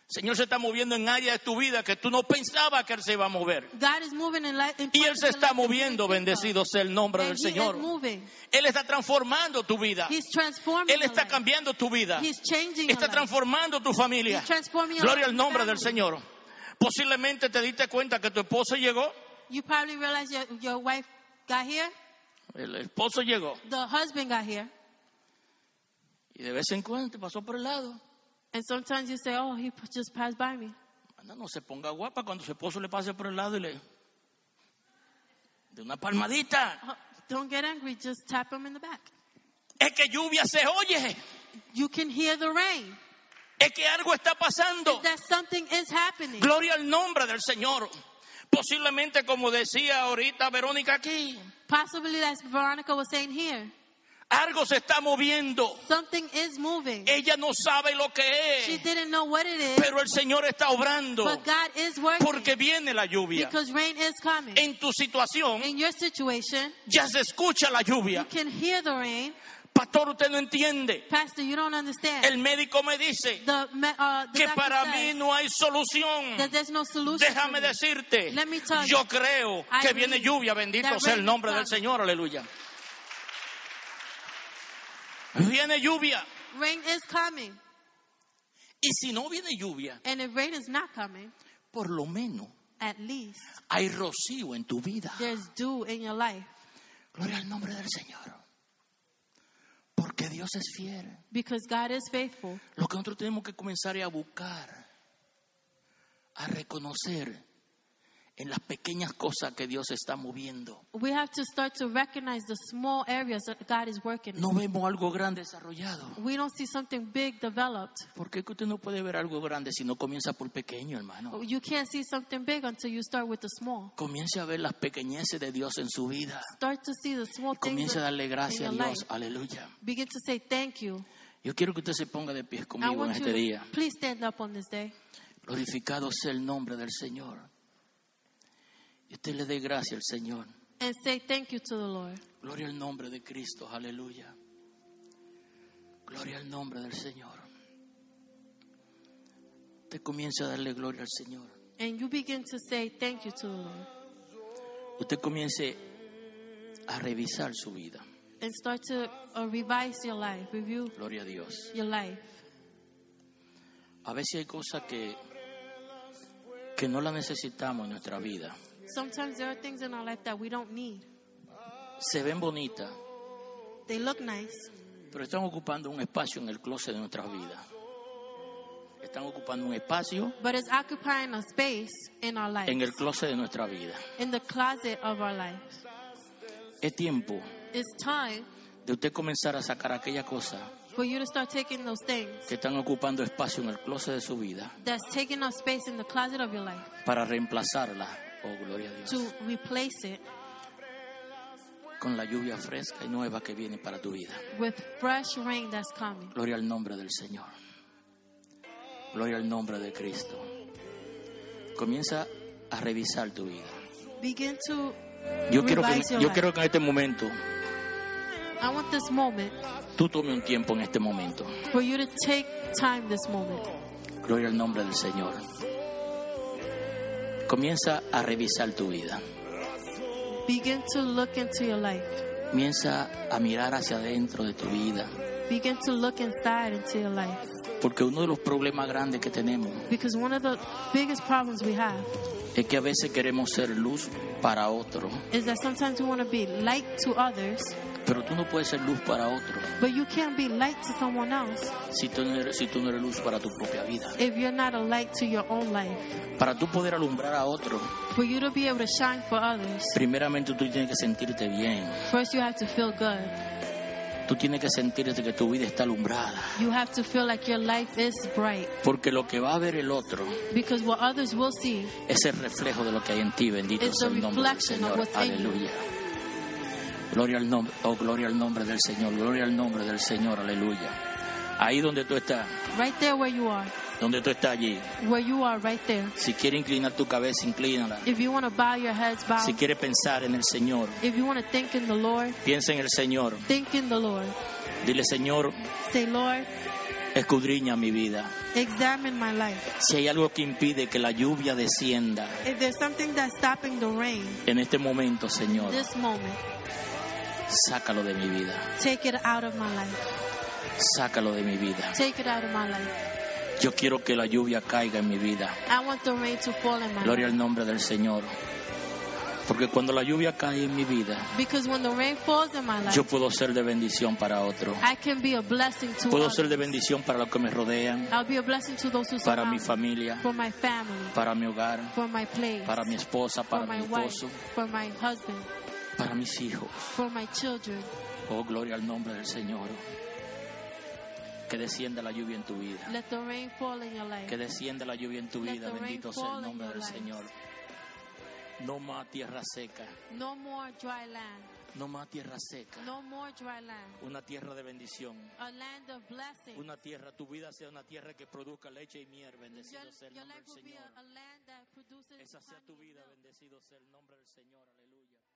[SPEAKER 1] Señor se está moviendo en áreas de tu vida que tú no pensabas que Él se iba a mover.
[SPEAKER 2] God is moving in life. In
[SPEAKER 1] Y Él
[SPEAKER 2] parts
[SPEAKER 1] se
[SPEAKER 2] of the
[SPEAKER 1] está
[SPEAKER 2] life that we
[SPEAKER 1] moviendo,
[SPEAKER 2] think of.
[SPEAKER 1] bendecido sea el nombre
[SPEAKER 2] And
[SPEAKER 1] del
[SPEAKER 2] he is
[SPEAKER 1] Señor.
[SPEAKER 2] moving.
[SPEAKER 1] Él está transformando tu vida.
[SPEAKER 2] He's transforming
[SPEAKER 1] Él está
[SPEAKER 2] your life.
[SPEAKER 1] cambiando tu vida.
[SPEAKER 2] He's changing your
[SPEAKER 1] Está
[SPEAKER 2] life.
[SPEAKER 1] transformando tu familia.
[SPEAKER 2] He's transforming your
[SPEAKER 1] Gloria
[SPEAKER 2] life,
[SPEAKER 1] al nombre
[SPEAKER 2] family.
[SPEAKER 1] del Señor. Posiblemente te diste cuenta que tu esposo llegó.
[SPEAKER 2] You probably realize your, your wife got here,
[SPEAKER 1] El esposo llegó.
[SPEAKER 2] the husband got here,
[SPEAKER 1] Y de vez en cuando te pasó por el lado.
[SPEAKER 2] and sometimes you say, "Oh, he p- just passed by me."
[SPEAKER 1] Anda, no se ponga guapa cuando su esposo le pase por el lado y le... De una palmadita.
[SPEAKER 2] Oh, don't get angry. Just tap him in the back.
[SPEAKER 1] Es que lluvia se oye.
[SPEAKER 2] You can hear the rain.
[SPEAKER 1] Es que algo está pasando.
[SPEAKER 2] That something is happening.
[SPEAKER 1] Gloria al nombre del Señor. Posiblemente, como decía ahorita Verónica aquí,
[SPEAKER 2] Possibly, as Veronica was saying here,
[SPEAKER 1] algo se está moviendo.
[SPEAKER 2] something is moving.
[SPEAKER 1] Ella no sabe lo que
[SPEAKER 2] She
[SPEAKER 1] es,
[SPEAKER 2] didn't know what it is,
[SPEAKER 1] Eh. pero el Señor está obrando
[SPEAKER 2] but God is working
[SPEAKER 1] porque viene la lluvia.
[SPEAKER 2] because rain is coming.
[SPEAKER 1] En tu situación
[SPEAKER 2] In your situation,
[SPEAKER 1] ya se escucha la
[SPEAKER 2] you
[SPEAKER 1] lluvia.
[SPEAKER 2] can hear the rain.
[SPEAKER 1] Pastor, usted no entiende.
[SPEAKER 2] Pastor, you don't understand.
[SPEAKER 1] El médico me dice
[SPEAKER 2] the, me- uh, the
[SPEAKER 1] que
[SPEAKER 2] doctor
[SPEAKER 1] para
[SPEAKER 2] says
[SPEAKER 1] mí no hay solución.
[SPEAKER 2] that there's no solution.
[SPEAKER 1] Déjame
[SPEAKER 2] for you.
[SPEAKER 1] decirte,
[SPEAKER 2] Let me tell
[SPEAKER 1] yo
[SPEAKER 2] you.
[SPEAKER 1] creo
[SPEAKER 2] I
[SPEAKER 1] que viene
[SPEAKER 2] believe
[SPEAKER 1] lluvia, bendito
[SPEAKER 2] that
[SPEAKER 1] sea el
[SPEAKER 2] rain
[SPEAKER 1] nombre
[SPEAKER 2] is
[SPEAKER 1] del
[SPEAKER 2] coming.
[SPEAKER 1] Señor, aleluya. Viene lluvia,
[SPEAKER 2] Rain is coming,
[SPEAKER 1] y si no viene lluvia,
[SPEAKER 2] and if rain is not coming,
[SPEAKER 1] por lo menos
[SPEAKER 2] at least
[SPEAKER 1] hay rocío en tu vida.
[SPEAKER 2] there's dew in your life
[SPEAKER 1] Gloria al nombre del Señor. Porque Dios es fiel.
[SPEAKER 2] because God is faithful.
[SPEAKER 1] Lo que nosotros tenemos que comenzar es a buscar, a reconocer en las pequeñas cosas que Dios está moviendo.
[SPEAKER 2] We have to start to recognize the small areas that God is working. in.
[SPEAKER 1] No vemos algo grande desarrollado.
[SPEAKER 2] We don't see something big developed.
[SPEAKER 1] ¿Por qué que usted no puede ver algo grande si no comienza por pequeño, hermano?
[SPEAKER 2] You can't see something big until you start with the small.
[SPEAKER 1] Comience a ver las pequeñeces de Dios en su vida.
[SPEAKER 2] Start to see the small things
[SPEAKER 1] Comience a darle
[SPEAKER 2] in
[SPEAKER 1] gracias a
[SPEAKER 2] your life.
[SPEAKER 1] Dios. Aleluya.
[SPEAKER 2] Begin to say thank you.
[SPEAKER 1] Yo quiero que usted se ponga de pies
[SPEAKER 2] I
[SPEAKER 1] conmigo en
[SPEAKER 2] want you
[SPEAKER 1] este
[SPEAKER 2] to
[SPEAKER 1] día.
[SPEAKER 2] please stand up on this day.
[SPEAKER 1] Glorificado sea el nombre del Señor. Y usted le dé gracias al Señor.
[SPEAKER 2] and say thank you to the Lord.
[SPEAKER 1] Gloria al nombre de Cristo, aleluya. Gloria al nombre del Señor. Usted comienza a darle gloria al Señor.
[SPEAKER 2] And you begin to say thank you to the Lord.
[SPEAKER 1] Usted comience a revisar su vida.
[SPEAKER 2] And start to uh, revise your life, review
[SPEAKER 1] Gloria a Dios.
[SPEAKER 2] your life.
[SPEAKER 1] A veces hay cosas que, que no las necesitamos en nuestra vida.
[SPEAKER 2] Sometimes there are things in our life that we don't need.
[SPEAKER 1] Se ven bonitas,
[SPEAKER 2] They look nice,
[SPEAKER 1] pero están ocupando un espacio en el closet de nuestras vidas. Están ocupando un espacio
[SPEAKER 2] but it's occupying a space in our life,
[SPEAKER 1] en el closet de nuestra vida.
[SPEAKER 2] in the closet of our life.
[SPEAKER 1] Es tiempo
[SPEAKER 2] It's time
[SPEAKER 1] de usted comenzar a sacar aquella cosa
[SPEAKER 2] for you to start taking those things
[SPEAKER 1] que están ocupando espacio en el closet de su vida
[SPEAKER 2] that's taking up space in the closet of your life
[SPEAKER 1] para reemplazarla, oh gloria a Dios,
[SPEAKER 2] to replace it
[SPEAKER 1] con la lluvia fresca y nueva que viene para tu vida.
[SPEAKER 2] with fresh rain that's coming.
[SPEAKER 1] Gloria al nombre del Señor. Gloria al nombre de Cristo. Comienza a revisar tu vida.
[SPEAKER 2] Begin to.
[SPEAKER 1] Yo quiero que,
[SPEAKER 2] revise your
[SPEAKER 1] yo
[SPEAKER 2] life.
[SPEAKER 1] quiero que en este momento,
[SPEAKER 2] I want this moment
[SPEAKER 1] tú tome un tiempo en este momento.
[SPEAKER 2] for you to take time this moment.
[SPEAKER 1] Gloria al nombre del Señor. Comienza a revisar tu vida.
[SPEAKER 2] Begin to look into your life.
[SPEAKER 1] Comienza a mirar hacia adentro de tu vida.
[SPEAKER 2] Begin to look inside into your life.
[SPEAKER 1] Porque uno de los problemas grandes que tenemos
[SPEAKER 2] Because one of the biggest problems we have
[SPEAKER 1] es que a veces queremos ser luz para otro.
[SPEAKER 2] is that sometimes we want to be light to others,
[SPEAKER 1] Pero tú no puedes ser luz para otro
[SPEAKER 2] but you can't be light to someone else
[SPEAKER 1] si tú no eres, si tú no eres luz para tu propia vida.
[SPEAKER 2] if you're not a light to your own life.
[SPEAKER 1] Para tú poder alumbrar a otro,
[SPEAKER 2] For you to be able to shine for others,
[SPEAKER 1] primeramente tú tienes que sentirte bien.
[SPEAKER 2] first you have to feel good.
[SPEAKER 1] Tú tienes que sentirte que tu vida está alumbrada.
[SPEAKER 2] You have to feel like your life is bright.
[SPEAKER 1] Porque lo que va a ver el otro
[SPEAKER 2] Because what others will see,
[SPEAKER 1] es el reflejo de lo que hay en ti. Bendito
[SPEAKER 2] It's
[SPEAKER 1] sea
[SPEAKER 2] the
[SPEAKER 1] el nombre del
[SPEAKER 2] reflection of
[SPEAKER 1] Señor.
[SPEAKER 2] what's in you.
[SPEAKER 1] Aleluya. Gloria al nombre, oh gloria al nombre del Señor, gloria al nombre del Señor, aleluya. Ahí donde tú estás,
[SPEAKER 2] right there where you are,
[SPEAKER 1] donde tú estás allí,
[SPEAKER 2] where you are right there.
[SPEAKER 1] Si quiere inclinar tu cabeza, inclínala.
[SPEAKER 2] If you want to bow your heads, bow.
[SPEAKER 1] Si quiere pensar en el Señor,
[SPEAKER 2] If you want to think in the Lord,
[SPEAKER 1] piensa en el Señor.
[SPEAKER 2] think in the Lord.
[SPEAKER 1] Dile, Señor,
[SPEAKER 2] Say, Lord,
[SPEAKER 1] Escudriña mi vida.
[SPEAKER 2] Examine my life.
[SPEAKER 1] Si hay algo que impide que la lluvia descienda
[SPEAKER 2] If there's something that's stopping the rain
[SPEAKER 1] en este momento, Señor,
[SPEAKER 2] this moment,
[SPEAKER 1] sácalo de mi vida.
[SPEAKER 2] take it out of my life.
[SPEAKER 1] Sácalo de mi vida.
[SPEAKER 2] Take it out of my life.
[SPEAKER 1] Yo quiero que la lluvia caiga en mi vida.
[SPEAKER 2] I want the rain to fall in my
[SPEAKER 1] Gloria
[SPEAKER 2] life.
[SPEAKER 1] al nombre del Señor. Porque cuando la lluvia cae en mi vida,
[SPEAKER 2] Because when the rain falls in my life,
[SPEAKER 1] yo puedo ser de bendición para otro.
[SPEAKER 2] I can be a blessing to
[SPEAKER 1] Puedo
[SPEAKER 2] others.
[SPEAKER 1] ser de bendición para los que me rodean,
[SPEAKER 2] I'll be a blessing to those who
[SPEAKER 1] para mi
[SPEAKER 2] surround me,
[SPEAKER 1] familia,
[SPEAKER 2] for my family,
[SPEAKER 1] para mi hogar,
[SPEAKER 2] for my place,
[SPEAKER 1] para mi esposa,
[SPEAKER 2] for
[SPEAKER 1] para mi
[SPEAKER 2] my wife,
[SPEAKER 1] esposo,
[SPEAKER 2] for my husband,
[SPEAKER 1] para mis hijos.
[SPEAKER 2] for my children.
[SPEAKER 1] Oh, gloria al nombre del Señor. Que descienda la lluvia en tu vida.
[SPEAKER 2] Let the rain fall in your life.
[SPEAKER 1] Que descienda la lluvia en tu
[SPEAKER 2] Let
[SPEAKER 1] vida.
[SPEAKER 2] the rain
[SPEAKER 1] Bendito sea el
[SPEAKER 2] fall in
[SPEAKER 1] nombre
[SPEAKER 2] your
[SPEAKER 1] del
[SPEAKER 2] lives.
[SPEAKER 1] Señor. No más tierra seca.
[SPEAKER 2] No more dry land.
[SPEAKER 1] No más tierra seca.
[SPEAKER 2] No more dry land.
[SPEAKER 1] Una tierra de bendición.
[SPEAKER 2] A land of blessing.
[SPEAKER 1] Una tierra, tu vida sea una tierra que produzca leche y miel.
[SPEAKER 2] Your,
[SPEAKER 1] Bendecido sea el
[SPEAKER 2] your
[SPEAKER 1] nombre
[SPEAKER 2] life
[SPEAKER 1] del
[SPEAKER 2] will be
[SPEAKER 1] Señor.
[SPEAKER 2] a, a land that produces
[SPEAKER 1] Esa sea tu
[SPEAKER 2] honey and
[SPEAKER 1] vida.
[SPEAKER 2] milk.
[SPEAKER 1] Bendecido sea el nombre del Señor. Aleluya.